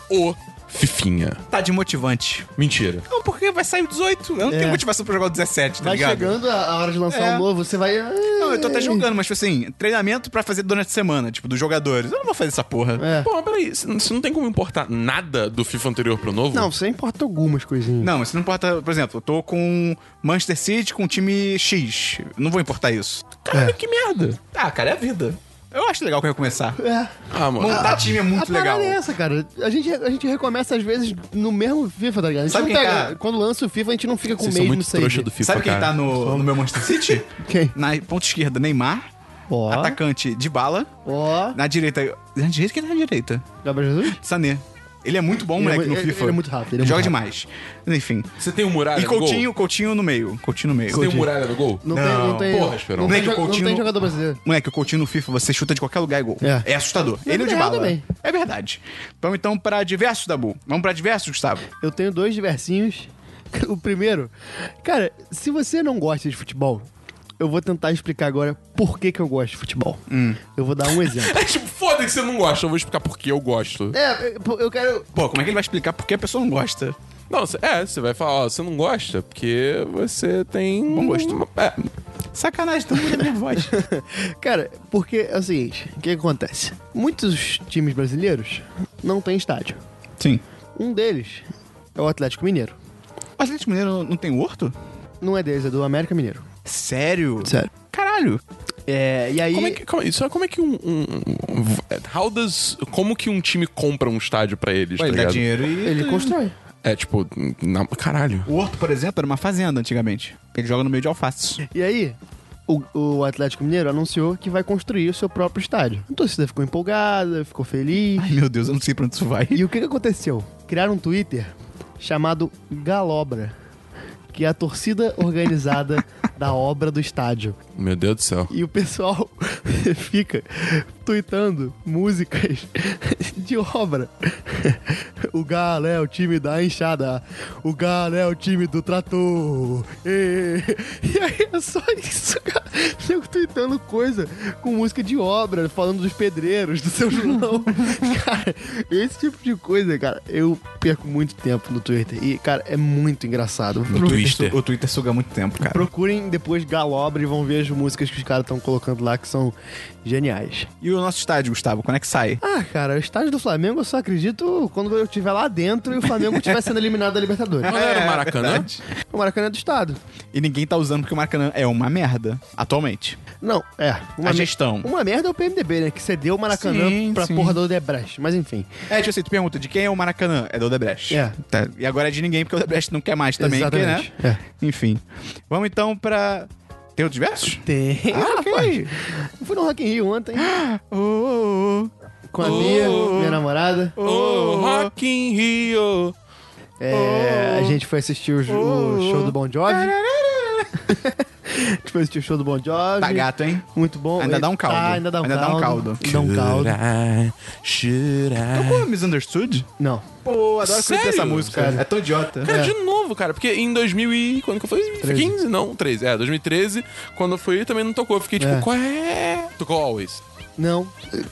[SPEAKER 2] o Fifinha?
[SPEAKER 1] Tá de motivante.
[SPEAKER 2] Mentira.
[SPEAKER 1] Não, porque vai sair o 18. Eu não
[SPEAKER 3] É.
[SPEAKER 1] tenho motivação pra jogar o 17, tá
[SPEAKER 3] Vai
[SPEAKER 1] ligado?
[SPEAKER 3] chegando a a hora de lançar
[SPEAKER 1] É.
[SPEAKER 3] um novo, você vai...
[SPEAKER 1] Não, eu tô até jogando, mas tipo assim, treinamento pra fazer durante a semana, tipo, dos jogadores. Eu não vou fazer essa porra.
[SPEAKER 3] É.
[SPEAKER 2] Pô, mas peraí, você você não tem como importar nada do FIFA anterior pro novo?
[SPEAKER 3] Não, você importa algumas coisinhas.
[SPEAKER 1] Não, isso não importa. Por exemplo, eu tô com Manchester City com o time X. Eu Não vou importar isso.
[SPEAKER 2] Cara,
[SPEAKER 3] É.
[SPEAKER 2] que merda.
[SPEAKER 1] Ah, cara, é a vida. Eu acho legal que eu recomeçar.
[SPEAKER 3] É.
[SPEAKER 2] Ah, mano.
[SPEAKER 1] Montar time é muito
[SPEAKER 3] a parada
[SPEAKER 1] legal.
[SPEAKER 3] é essa, cara. A gente, a gente recomeça às vezes no mesmo FIFA, tá ligado? A gente
[SPEAKER 1] Sabe
[SPEAKER 3] não
[SPEAKER 1] quem
[SPEAKER 3] pega-
[SPEAKER 1] tá-
[SPEAKER 3] Quando lança o FIFA, a gente não fica com o
[SPEAKER 2] Vocês são
[SPEAKER 3] mesmo
[SPEAKER 2] muito
[SPEAKER 3] save.
[SPEAKER 2] trouxa do FIFA,
[SPEAKER 1] Sabe quem
[SPEAKER 2] cara.
[SPEAKER 1] tá no, no meu Manchester City?
[SPEAKER 3] Quem?
[SPEAKER 1] Na ponta esquerda, Neymar.
[SPEAKER 3] Ó.
[SPEAKER 1] Atacante de bala.
[SPEAKER 3] Ó,
[SPEAKER 1] Ah. Na direita. Na direita quem tá na direita?
[SPEAKER 3] Gabriel Jesus?
[SPEAKER 1] Sané. Ele é muito bom,
[SPEAKER 3] Ele é
[SPEAKER 1] moleque,
[SPEAKER 3] mu-
[SPEAKER 1] no
[SPEAKER 3] ele-
[SPEAKER 1] FIFA.
[SPEAKER 3] ele é muito rápido, ele é
[SPEAKER 1] Joga
[SPEAKER 3] muito
[SPEAKER 1] demais. Enfim.
[SPEAKER 2] Você tem o Muralha
[SPEAKER 1] E
[SPEAKER 2] no gol?
[SPEAKER 1] Coutinho, Coutinho no meio. Coutinho no meio.
[SPEAKER 2] Você tem um o Muralha no gol?
[SPEAKER 3] Não, tem, não tem.
[SPEAKER 2] Porra, Esperão.
[SPEAKER 3] Não tem,
[SPEAKER 1] Moleque,
[SPEAKER 3] jo- não
[SPEAKER 1] Coutinho-
[SPEAKER 3] tem jogador brasileiro.
[SPEAKER 1] Moleque, o Coutinho no FIFA, você chuta de qualquer lugar e gol.
[SPEAKER 3] É.
[SPEAKER 1] É, assustador.
[SPEAKER 3] Na
[SPEAKER 1] Ele é o de
[SPEAKER 3] vida real
[SPEAKER 1] bala.
[SPEAKER 3] também.
[SPEAKER 1] É verdade. Vamos então pra diversos, Dabu. Vamos pra diversos, Gustavo.
[SPEAKER 3] Eu tenho dois diversinhos. O primeiro, cara, se você não gosta de futebol, eu vou tentar explicar agora por que, que eu gosto de futebol. Eu vou dar um exemplo.
[SPEAKER 2] É tipo, foda que você não gosta, eu vou explicar por que eu gosto.
[SPEAKER 3] é, eu- eu quero.
[SPEAKER 1] Pô, como é que ele vai explicar por que a pessoa não gosta?
[SPEAKER 2] Não, cê- é, você vai falar, ó, você não gosta porque você tem... Bom
[SPEAKER 1] Um gosto.
[SPEAKER 2] É,
[SPEAKER 1] Sacanagem, todo mundo é minha voz.
[SPEAKER 3] Cara, porque é o seguinte: o que, que acontece? Muitos times brasileiros não têm estádio.
[SPEAKER 1] Sim.
[SPEAKER 3] Um deles é o Atlético Mineiro.
[SPEAKER 1] O Atlético Mineiro não tem horto?
[SPEAKER 3] Não é deles, é do América Mineiro.
[SPEAKER 1] Sério?
[SPEAKER 3] Sério.
[SPEAKER 1] Caralho.
[SPEAKER 3] É, e aí.
[SPEAKER 2] como é que... Calma, aí, isso é como é que um... um- um- how does... Como que um time compra um estádio pra eles,
[SPEAKER 1] Ué,
[SPEAKER 2] tá
[SPEAKER 1] ele dá
[SPEAKER 2] ligado?
[SPEAKER 1] dinheiro e.
[SPEAKER 3] Ele constrói.
[SPEAKER 2] É, tipo, na- caralho.
[SPEAKER 1] O horto, por exemplo, era uma fazenda antigamente. Ele joga no meio de alfaces.
[SPEAKER 3] E aí, o, o Atlético Mineiro anunciou que vai construir o seu próprio estádio. A torcida ficou empolgada, ficou feliz.
[SPEAKER 1] Ai, meu Deus, eu não sei pra onde isso vai.
[SPEAKER 3] E o que, que aconteceu? Criaram um Twitter chamado Galobra, que é a torcida organizada da obra do estádio.
[SPEAKER 2] Meu Deus do céu.
[SPEAKER 3] E o pessoal fica tweetando músicas de obra. O Galo é o time da enxada. O Galo é o time do trator. E, e aí é só isso, cara. Fico tweetando coisa com música de obra, falando dos pedreiros, do seu João. cara, esse tipo de coisa, cara, eu perco muito tempo no Twitter. E, cara, é muito engraçado.
[SPEAKER 2] No Twister.
[SPEAKER 1] O Twitter suga muito tempo, cara.
[SPEAKER 3] Procurem depois Galobra e vão ver as músicas que os caras estão colocando lá que são geniais.
[SPEAKER 1] E o nosso estádio, Gustavo, quando é que sai?
[SPEAKER 3] Ah, cara, o estádio do Flamengo eu só acredito quando eu estiver lá dentro e o Flamengo estiver sendo eliminado da Libertadores.
[SPEAKER 2] Quando era o
[SPEAKER 1] É,
[SPEAKER 2] Maracanã?
[SPEAKER 1] verdade.
[SPEAKER 3] O Maracanã é do Estado.
[SPEAKER 1] E ninguém tá usando porque o Maracanã é uma merda, atualmente.
[SPEAKER 3] Não, é. Uma
[SPEAKER 1] A
[SPEAKER 3] me-
[SPEAKER 1] gestão.
[SPEAKER 3] Uma merda é o PMDB, né? Que cedeu o Maracanã
[SPEAKER 1] Sim,
[SPEAKER 3] pra
[SPEAKER 1] sim.
[SPEAKER 3] porra do Odebrecht. Mas enfim.
[SPEAKER 1] É, tipo assim, tu pergunta de quem é o Maracanã? É do Odebrecht.
[SPEAKER 3] É.
[SPEAKER 1] Tá. E agora é de ninguém, porque o Odebrecht não quer mais também, porque,
[SPEAKER 3] Exatamente. É.
[SPEAKER 1] né? Enfim. Vamos então pra. Tem outros versos?
[SPEAKER 3] Tem.
[SPEAKER 1] Ah, ok.
[SPEAKER 3] Eu fui no Rock in Rio ontem
[SPEAKER 1] Oh, oh, oh.
[SPEAKER 3] com a minha, minha namorada.
[SPEAKER 2] Ô, Rock in Rio.
[SPEAKER 3] É, a gente foi assistir o, jo- o
[SPEAKER 1] Oh.
[SPEAKER 3] show do Bon Jovi.
[SPEAKER 1] Tá
[SPEAKER 3] a gente foi assistir o show do Bon Jovi.
[SPEAKER 1] Tá gato, hein?
[SPEAKER 3] Muito bom.
[SPEAKER 1] Ainda dá um
[SPEAKER 3] Ele-
[SPEAKER 1] caldo.
[SPEAKER 3] Tá, ainda dá um
[SPEAKER 1] Ainda dá um
[SPEAKER 3] caldo.
[SPEAKER 1] caldo.
[SPEAKER 3] Dá um caldo.
[SPEAKER 2] É. Should
[SPEAKER 1] Eu
[SPEAKER 2] I...
[SPEAKER 1] como Misunderstood?
[SPEAKER 3] Não.
[SPEAKER 1] É. Pô, adoro
[SPEAKER 2] Sério?
[SPEAKER 1] conhecer essa música.
[SPEAKER 3] Sério.
[SPEAKER 1] É tão idiota.
[SPEAKER 2] Cara, de novo, cara, porque em 2000 e... Quando que eu fui? 15? Não, 13. É, 2013, quando eu fui, também não tocou. Eu fiquei tipo,
[SPEAKER 3] É.
[SPEAKER 2] qual é? Tocou Always.
[SPEAKER 3] Não.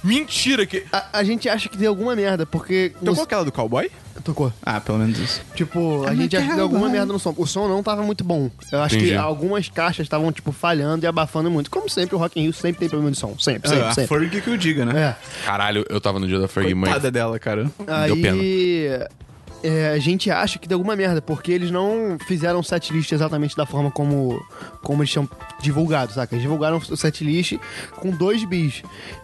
[SPEAKER 2] Mentira que...
[SPEAKER 3] A, a gente acha que deu alguma merda, porque.
[SPEAKER 1] Tocou Ah,
[SPEAKER 3] no-
[SPEAKER 1] aquela do cowboy?
[SPEAKER 3] Tocou.
[SPEAKER 1] Ah, pelo menos isso.
[SPEAKER 3] Tipo, a gente acha que deu alguma
[SPEAKER 1] né?
[SPEAKER 3] merda no som. O som não tava muito bom. Eu acho
[SPEAKER 2] Entendi.
[SPEAKER 3] que algumas caixas estavam, tipo, falhando e abafando muito. Como sempre, o Rock in Rio sempre tem problema de som. Sempre, sempre,
[SPEAKER 1] Ah, a
[SPEAKER 3] sempre.
[SPEAKER 1] Ferg que eu diga, né?
[SPEAKER 3] É.
[SPEAKER 2] Caralho, eu tava no dia da Fergie, mãe.
[SPEAKER 1] Coitada dela, cara.
[SPEAKER 2] Deu pena.
[SPEAKER 3] Aí. é, a gente acha que deu alguma merda, porque eles não fizeram o setlist exatamente da forma como, como eles tinham divulgado, saca? Eles divulgaram o setlist com dois bis.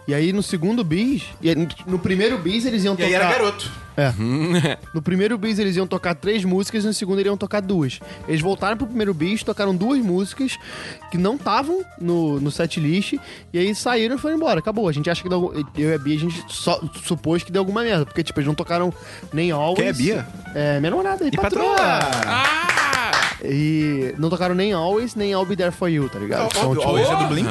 [SPEAKER 3] E aí no segundo bis, e aí no- no primeiro bis eles iam tocar. É.
[SPEAKER 1] Uhum.
[SPEAKER 3] No primeiro bis eles iam tocar três músicas, no segundo eles iam tocar duas. Eles voltaram pro primeiro bis, tocaram duas músicas que não estavam no, no setlist, e aí saíram e foram embora. Acabou. A gente acha que deu, algum- eu e a Bia, a gente só supôs que deu alguma merda, porque tipo, eles não tocaram nem Always.
[SPEAKER 1] Quem é a Bia?
[SPEAKER 3] É, minha namorada, e,
[SPEAKER 1] E
[SPEAKER 3] patroa.
[SPEAKER 2] Ah,
[SPEAKER 1] patroa!
[SPEAKER 3] E não tocaram nem Always, nem I'll Be There For You, tá ligado? Então, tipo,
[SPEAKER 1] Always é do Blink.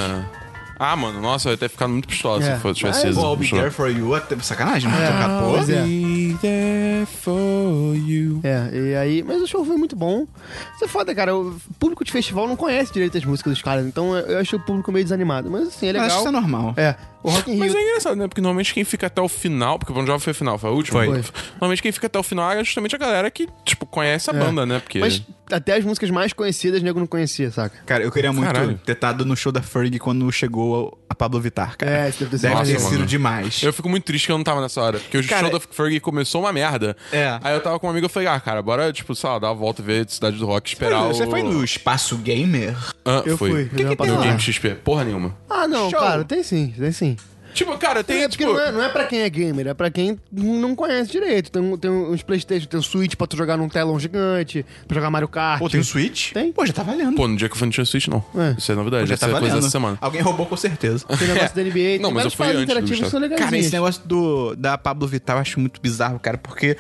[SPEAKER 2] Ah, mano, nossa, eu ia ter ficado muito pistola
[SPEAKER 3] É.
[SPEAKER 2] se fosse tivesse
[SPEAKER 3] Mas-
[SPEAKER 2] sido.
[SPEAKER 1] Pô, I'll be there for you. Até- Sacanagem, não tocar pô.
[SPEAKER 3] pois é.
[SPEAKER 2] Be there for you.
[SPEAKER 3] É, e aí. Mas o show foi muito bom. Isso é foda, cara. O público de festival não conhece direito as músicas dos caras, então eu eu achei o público meio desanimado. Mas assim, é
[SPEAKER 1] Mas
[SPEAKER 3] legal.
[SPEAKER 1] Acho que isso é normal.
[SPEAKER 3] É, o Rock in Rio.
[SPEAKER 2] Mas é engraçado, né? Porque normalmente quem fica até o final, porque o Bon Jovi foi a final, foi a última.
[SPEAKER 3] Foi.
[SPEAKER 2] Normalmente quem fica até o final é justamente a galera que, tipo, conhece a banda, né? Porque.
[SPEAKER 3] Mas até as músicas mais conhecidas, nego não conhecia, saca?
[SPEAKER 1] Cara, eu queria muito
[SPEAKER 2] Caralho.
[SPEAKER 1] ter estado no show da Ferg quando chegou a Pablo Vittar, cara.
[SPEAKER 3] É, isso deve ter sido
[SPEAKER 1] deve ter
[SPEAKER 2] maneiro.
[SPEAKER 1] sido demais.
[SPEAKER 2] Eu fico muito triste que eu não tava nessa hora. Porque o
[SPEAKER 1] Cara,
[SPEAKER 2] show da Fergie começou uma merda.
[SPEAKER 1] É.
[SPEAKER 2] Aí eu tava com um amigo e falei, ah, cara, bora, tipo, sei lá, dar uma volta e ver Cidade do Rock, esperar o.
[SPEAKER 3] é,
[SPEAKER 1] Você foi no espaço gamer?
[SPEAKER 2] Ah,
[SPEAKER 3] Eu
[SPEAKER 2] fui. O
[SPEAKER 3] fui. Eu já
[SPEAKER 2] que, que tem
[SPEAKER 3] passei
[SPEAKER 2] no
[SPEAKER 3] lá.
[SPEAKER 2] Game XP? Porra nenhuma.
[SPEAKER 3] Ah, não,
[SPEAKER 1] Show.
[SPEAKER 3] cara, tem sim, tem sim.
[SPEAKER 2] Tipo, cara, tem.
[SPEAKER 3] É, porque
[SPEAKER 2] tipo,
[SPEAKER 3] não, é, não é pra quem é gamer, é pra quem não conhece direito. Tem, um- tem uns Playstation, tem um Switch pra tu jogar num telão gigante, pra jogar Mario Kart.
[SPEAKER 1] Pô, tem o um Switch?
[SPEAKER 3] Tem.
[SPEAKER 1] Pô, já tá valendo.
[SPEAKER 2] Pô, no dia que eu fui no Tinha Switch, não.
[SPEAKER 3] É.
[SPEAKER 2] Isso é novidade.
[SPEAKER 1] já
[SPEAKER 2] Isso
[SPEAKER 1] tá
[SPEAKER 2] é
[SPEAKER 1] valendo.
[SPEAKER 2] coisa dessa semana.
[SPEAKER 1] Alguém roubou com certeza.
[SPEAKER 3] tem um negócio da NBA, tem
[SPEAKER 2] Não, mas eu
[SPEAKER 3] várias
[SPEAKER 2] fui
[SPEAKER 3] paradas
[SPEAKER 2] antes do
[SPEAKER 3] interativas que são
[SPEAKER 2] Gustavo.
[SPEAKER 1] Cara, esse
[SPEAKER 3] legais.
[SPEAKER 1] negócio do, da Pablo Vittar eu acho muito bizarro, cara, porque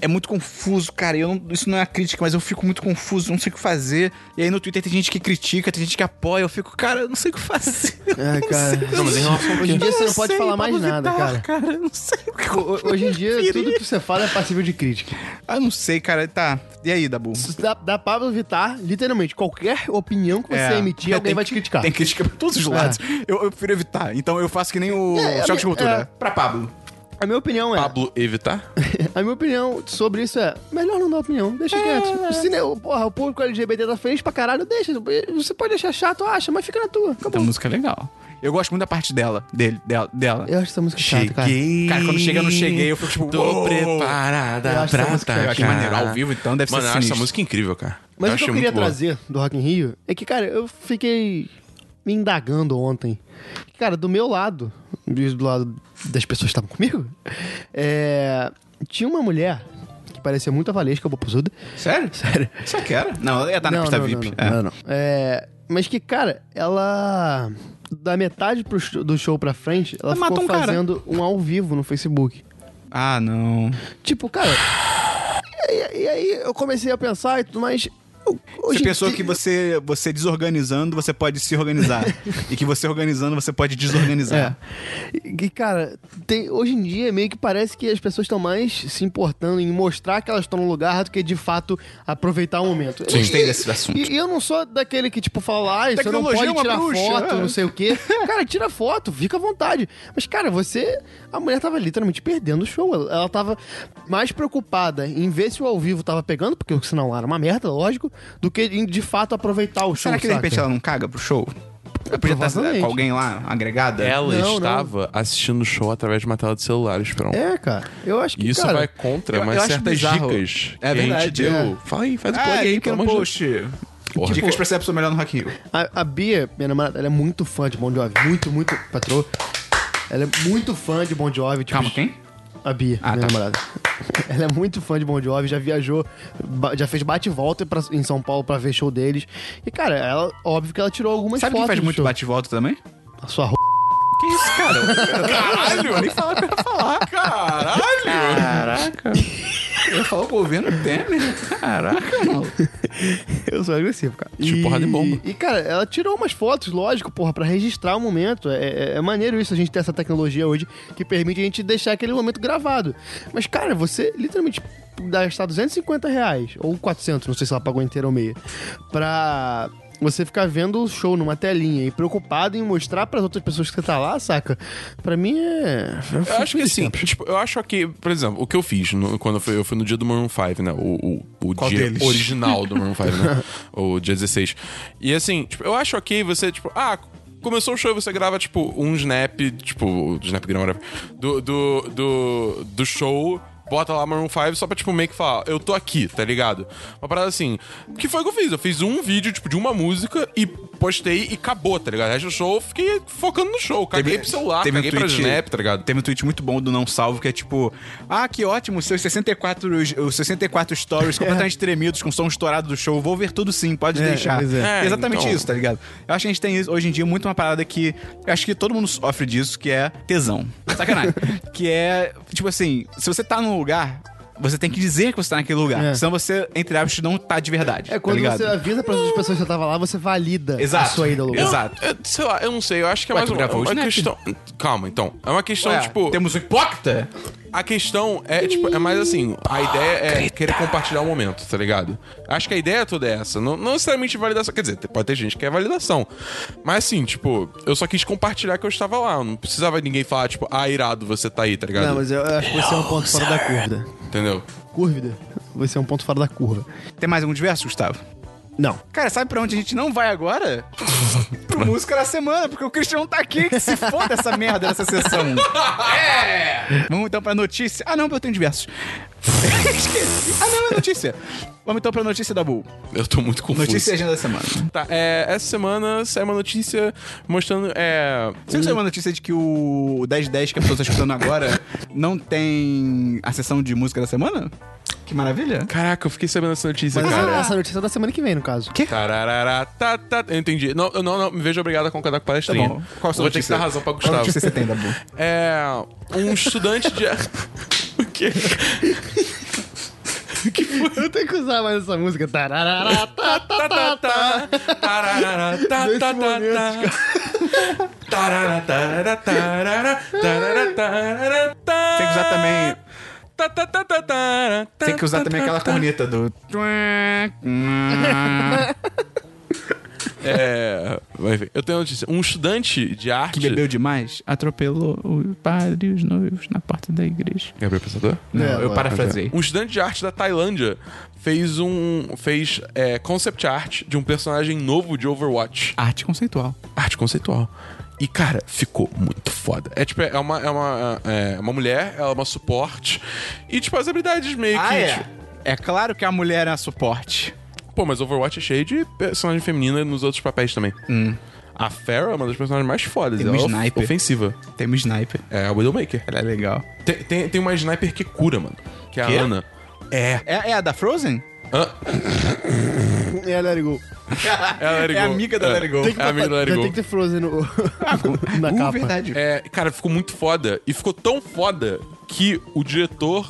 [SPEAKER 1] é muito confuso, cara. Eu não- isso não é uma crítica, mas eu fico muito confuso, não sei o que fazer. E aí no Twitter tem gente que critica, tem gente que apoia. Eu fico, cara, eu não sei o que fazer.
[SPEAKER 3] É, cara.
[SPEAKER 2] Não, mas em relação ao
[SPEAKER 3] Hoje em
[SPEAKER 2] quê?
[SPEAKER 3] dia você
[SPEAKER 1] Eu
[SPEAKER 3] não pode
[SPEAKER 1] sei,
[SPEAKER 3] falar mais
[SPEAKER 1] Pablo
[SPEAKER 3] nada,
[SPEAKER 1] Vittar,
[SPEAKER 3] cara.
[SPEAKER 1] Cara, eu não sei o que
[SPEAKER 3] Ho- ho- Hoje em dia,
[SPEAKER 1] Queria.
[SPEAKER 3] tudo que você fala é passível de crítica.
[SPEAKER 1] Ah, eu não sei, cara. Tá. E aí, Dabu?
[SPEAKER 3] Da, da Pablo Vittar, literalmente, qualquer opinião que você
[SPEAKER 1] É.
[SPEAKER 3] emitir,
[SPEAKER 1] É,
[SPEAKER 3] alguém
[SPEAKER 1] tem
[SPEAKER 3] vai te
[SPEAKER 1] que-
[SPEAKER 3] criticar.
[SPEAKER 1] Tem crítica pra todos os lados. Eu, eu prefiro evitar. Então eu faço que nem o
[SPEAKER 3] É,
[SPEAKER 1] Choque de
[SPEAKER 3] é,
[SPEAKER 1] Cultura.
[SPEAKER 3] é.
[SPEAKER 1] Pra Pablo.
[SPEAKER 3] A minha opinião é.
[SPEAKER 2] Pablo evitar?
[SPEAKER 3] A minha opinião sobre isso é: melhor não dar opinião, deixa quieto. O cine- o- porra, o público LGBT tá feliz pra caralho, deixa. Você pode achar chato, acha, mas fica na tua. Acabou.
[SPEAKER 1] música é legal. Eu gosto muito da parte dela, dele, dela. dela.
[SPEAKER 3] Eu acho essa música chata, cara.
[SPEAKER 1] Cara, quando chega, eu não cheguei, eu fico tipo,
[SPEAKER 2] Tô
[SPEAKER 1] "Uou".
[SPEAKER 2] preparada
[SPEAKER 3] Eu acho
[SPEAKER 2] pra
[SPEAKER 3] essa música
[SPEAKER 2] atacar.
[SPEAKER 1] que é maneiro. Ao vivo, então, deve
[SPEAKER 2] Mano,
[SPEAKER 1] ser
[SPEAKER 2] eu acho essa
[SPEAKER 1] sinistro.
[SPEAKER 2] música incrível, cara.
[SPEAKER 3] Mas o
[SPEAKER 2] acho
[SPEAKER 3] que eu queria
[SPEAKER 2] muito boa.
[SPEAKER 3] trazer do Rock in Rio é que, cara, eu fiquei me indagando ontem. Cara, do meu lado, do lado das pessoas que estavam comigo, é, tinha uma mulher que parecia muito a Valesca Bopuzuda.
[SPEAKER 1] Sério?
[SPEAKER 3] Sério.
[SPEAKER 1] Você quer? Não, ela tá na pista VIP.
[SPEAKER 3] Não,
[SPEAKER 1] É.
[SPEAKER 3] não, não, não. É, mas que, cara, ela. Da metade pro sh- do show pra frente, ela,
[SPEAKER 1] Ela
[SPEAKER 3] ficou
[SPEAKER 1] matou um cara.
[SPEAKER 3] fazendo um ao vivo no Facebook.
[SPEAKER 1] Ah, não.
[SPEAKER 3] Tipo, cara. E, e aí eu comecei a pensar e tudo mais. eu-
[SPEAKER 1] Você
[SPEAKER 3] hoje em
[SPEAKER 1] pensou
[SPEAKER 3] dia-
[SPEAKER 1] que você, você desorganizando, você pode se organizar. e que você organizando, você pode
[SPEAKER 3] É.
[SPEAKER 1] desorganizar.
[SPEAKER 3] E, e, cara, tem- hoje em dia meio que parece que as pessoas estão mais se importando em mostrar que elas estão no lugar do que de fato aproveitar o momento. Eu-
[SPEAKER 1] Gostei
[SPEAKER 3] e-
[SPEAKER 1] desse assunto.
[SPEAKER 3] E, e eu não sou daquele que, tipo, fala, ah, você não
[SPEAKER 1] Tecnologia
[SPEAKER 3] pode
[SPEAKER 1] é uma
[SPEAKER 3] tirar
[SPEAKER 1] bruxa,
[SPEAKER 3] foto,
[SPEAKER 1] é.
[SPEAKER 3] não sei o quê. Cara, tira foto, fica à vontade. Mas, cara, você. A mulher tava literalmente perdendo o show. Ela, ela tava mais preocupada em ver se o ao vivo tava pegando, porque o sinal era uma merda, lógico, do que em de fato aproveitar o show.
[SPEAKER 1] Será que de
[SPEAKER 3] saca?
[SPEAKER 1] repente ela não caga pro show? Eu podia estar né,
[SPEAKER 3] Provavelmente.
[SPEAKER 1] com alguém lá, agregada.
[SPEAKER 2] Ela
[SPEAKER 3] Não, não.
[SPEAKER 2] estava assistindo o show através de uma tela de celular, Esperão.
[SPEAKER 3] É, cara. Eu acho que.
[SPEAKER 2] E isso
[SPEAKER 3] cara,
[SPEAKER 2] vai contra
[SPEAKER 1] eu-
[SPEAKER 2] umas
[SPEAKER 1] eu acho
[SPEAKER 2] certas
[SPEAKER 1] bizarro.
[SPEAKER 2] dicas
[SPEAKER 1] É
[SPEAKER 2] que a gente
[SPEAKER 1] verdade,
[SPEAKER 2] deu.
[SPEAKER 1] é.
[SPEAKER 2] Fala aí, faz o plug
[SPEAKER 1] Ah,
[SPEAKER 2] aí,
[SPEAKER 1] link
[SPEAKER 2] pelo
[SPEAKER 1] no
[SPEAKER 2] amor de Deus.
[SPEAKER 1] post. Tipo,
[SPEAKER 2] Porra.
[SPEAKER 1] Dicas pra ser a pessoa melhor no Rock in Rio.
[SPEAKER 3] A, a Bia, minha namorada, ela é muito fã de Bon Jovi. Muito, muito. Patroa. Ela é muito fã de Bon Jovi. Tipo,
[SPEAKER 1] Calma, quem? Ah, tá.
[SPEAKER 3] A Bia, minha namorada. Ela é muito fã de Bon Jovi, já viajou, ba- já fez bate e volta pra- em São Paulo pra ver show deles. E, cara, ela, óbvio que ela tirou algumas
[SPEAKER 1] Sabe
[SPEAKER 3] fotos.
[SPEAKER 1] quem faz
[SPEAKER 3] do
[SPEAKER 1] muito
[SPEAKER 3] show.
[SPEAKER 1] bate-volta também?
[SPEAKER 3] A sua roupa.
[SPEAKER 1] Que isso, cara? Caralho, eu nem falo pra falar. Caralho! Caraca. Eu falo governo Temer. Caraca, mano.
[SPEAKER 3] Eu sou agressivo, cara.
[SPEAKER 2] Tipo porrada e bomba.
[SPEAKER 3] E, cara, ela tirou umas fotos, lógico, porra, pra registrar o momento. É, é- é maneiro isso, a gente ter essa tecnologia hoje que permite a gente deixar aquele momento gravado. Mas, cara, você literalmente gastar 250 reais, ou 400, não sei se ela pagou inteira ou meia, pra Você ficar vendo o show numa telinha e preocupado em mostrar pras outras pessoas que você tá lá, saca? Pra mim é.
[SPEAKER 2] Eu acho que assim, tipo, eu acho que, por exemplo, o que eu fiz no- quando eu fui, eu fui no dia do Maroon 5, né? O, o, o
[SPEAKER 1] Qual
[SPEAKER 2] dia
[SPEAKER 1] deles?
[SPEAKER 2] original do Maroon 5, né? o dia 16. E assim, tipo, eu acho ok você, tipo, ah. Começou o show e você grava, tipo, um snap, tipo, do snap grama, do, do, do, do show, bota lá Maroon 5 só pra, tipo, meio que falar, eu tô aqui, tá ligado? Uma parada assim, o que foi que eu fiz? Eu fiz um vídeo, tipo, de uma música e postei e acabou, tá ligado? O resto do show eu fiquei focando no show, caguei pro celular,
[SPEAKER 1] um
[SPEAKER 2] caguei pra snap, tá ligado?
[SPEAKER 1] Teve um tweet muito bom do Não Salvo, que é tipo... Ah, que ótimo, seus 64, os 64 stories completamente tremidos, com som estourado do show. Vou ver tudo sim, pode
[SPEAKER 3] É,
[SPEAKER 1] deixar.
[SPEAKER 3] pois
[SPEAKER 2] é. É,
[SPEAKER 1] Exatamente
[SPEAKER 2] então-
[SPEAKER 1] isso, tá ligado? Eu acho que a gente tem isso, hoje em dia muito uma parada que... eu acho que todo mundo sofre disso, que é tesão. Sacanagem. que é, tipo assim, se você tá num lugar... Você tem que dizer que você tá naquele lugar.
[SPEAKER 3] É.
[SPEAKER 1] Senão você, entre aspas, não tá de verdade.
[SPEAKER 3] É quando
[SPEAKER 1] tá
[SPEAKER 3] você
[SPEAKER 1] ligado?
[SPEAKER 3] avisa pras outras pessoas que você tava lá, você valida a
[SPEAKER 1] Exato.
[SPEAKER 3] sua ida ao lugar.
[SPEAKER 1] Exato.
[SPEAKER 2] Eu- sei lá, eu não sei, eu acho que é
[SPEAKER 1] Ué,
[SPEAKER 2] mais
[SPEAKER 1] tu
[SPEAKER 2] uma,
[SPEAKER 1] gravou o
[SPEAKER 2] uma
[SPEAKER 1] Snap?
[SPEAKER 2] questão. Calma, então. É uma questão,
[SPEAKER 1] Ué,
[SPEAKER 2] tipo.
[SPEAKER 1] Temos o hipócrita?
[SPEAKER 2] A questão é, tipo, é mais assim, a ideia é querer compartilhar o momento, tá ligado? Acho que a ideia toda é essa. Não, não necessariamente validação. Quer dizer, pode ter gente que é validação. Mas assim, tipo, eu só quis compartilhar que eu estava lá. eu Não precisava ninguém falar, tipo, ah, irado, você tá aí, tá ligado?
[SPEAKER 3] Não, mas eu acho que você é um ponto fora da curva.
[SPEAKER 2] Entendeu?
[SPEAKER 3] Curvida. Você é um ponto fora da curva.
[SPEAKER 1] Tem mais algum diverso, Gustavo?
[SPEAKER 3] Não.
[SPEAKER 1] Cara, sabe pra onde a gente não vai agora? Pro Música da Semana, porque o Christian não tá aqui, que se foda essa merda dessa sessão. É! Vamos então pra notícia. Ah, não, eu tenho diversos. Esqueci. Ah, não, é notícia. Vamos então pra notícia da Bull.
[SPEAKER 2] Eu tô muito confuso.
[SPEAKER 1] Notícia e agenda da semana.
[SPEAKER 2] Tá, é, essa semana saiu uma notícia mostrando. É,
[SPEAKER 1] Você não saiu uma notícia de que o 1010 que a pessoa tá escutando agora não tem a sessão de música da semana? Que maravilha.
[SPEAKER 2] Caraca, eu fiquei sabendo essa notícia,
[SPEAKER 3] Mas essa-
[SPEAKER 2] cara.
[SPEAKER 3] essa notícia é da semana que vem, no caso.
[SPEAKER 2] Tararara, tá, tá. Eu entendi. Não, eu não, não, me vejo obrigado a concordar com a
[SPEAKER 1] Tá
[SPEAKER 2] palestrinha.
[SPEAKER 1] bom. Qual a sua
[SPEAKER 2] Vou ter que
[SPEAKER 1] notícia?
[SPEAKER 2] dar razão pra
[SPEAKER 1] Qual
[SPEAKER 2] Gustavo.
[SPEAKER 1] notícia você tem da Bull?
[SPEAKER 2] É. Um estudante de. o quê?
[SPEAKER 3] Eu tenho que usar mais essa música. Tararara, tá, tá, tá, tá.
[SPEAKER 2] Tararara, tá,
[SPEAKER 3] Nesse
[SPEAKER 2] tá, tá,
[SPEAKER 3] momento,
[SPEAKER 2] tá. Tarara, tarara, tarara, tarara, tarara, tá.
[SPEAKER 1] Tem que usar também
[SPEAKER 2] Tá, tá, tá, tá, tá, tá,
[SPEAKER 1] Tem que usar
[SPEAKER 2] tá,
[SPEAKER 1] também
[SPEAKER 2] tá,
[SPEAKER 1] aquela
[SPEAKER 2] tá.
[SPEAKER 1] corneta do.
[SPEAKER 2] É. vai ver. Eu tenho uma notícia. Um estudante de arte.
[SPEAKER 1] Que bebeu demais, atropelou o padre e os noivos na porta da igreja.
[SPEAKER 2] Gabriel Pensador?
[SPEAKER 1] Não,
[SPEAKER 3] É,
[SPEAKER 1] eu
[SPEAKER 3] ué.
[SPEAKER 1] parafrasei.
[SPEAKER 2] Um estudante de arte da Tailândia fez um. fez é, concept art de um personagem novo de Overwatch.
[SPEAKER 1] Arte conceitual.
[SPEAKER 2] arte conceitual. E, cara, ficou muito foda. É tipo, é uma, é uma, é uma mulher, ela é uma suporte. E, tipo, as habilidades meio que. tipo,
[SPEAKER 1] É claro que a mulher é a suporte.
[SPEAKER 2] Pô, mas Overwatch é cheio de personagem feminina nos outros papéis também. A Pharah é uma das personagens mais fodas.
[SPEAKER 1] Hum. Tem
[SPEAKER 2] ela
[SPEAKER 1] um
[SPEAKER 2] é
[SPEAKER 1] sniper.
[SPEAKER 2] ofensiva.
[SPEAKER 1] Tem um sniper.
[SPEAKER 2] É a Widowmaker.
[SPEAKER 1] Ela é legal.
[SPEAKER 2] Tem, tem, tem uma sniper que cura, mano. Que é a
[SPEAKER 1] Quê?
[SPEAKER 2] Ana. É.
[SPEAKER 1] É, é a da Frozen?
[SPEAKER 2] Hã?
[SPEAKER 3] É, let it go.
[SPEAKER 2] É a Let It
[SPEAKER 1] É
[SPEAKER 2] Go.
[SPEAKER 1] amiga da Let It Go.
[SPEAKER 2] É a amiga da Let It
[SPEAKER 3] Tem
[SPEAKER 2] Go.
[SPEAKER 3] que ter Frozen no, na
[SPEAKER 1] Uh,
[SPEAKER 3] capa.
[SPEAKER 1] verdade.
[SPEAKER 2] É, cara, ficou muito foda. E ficou tão foda que o diretor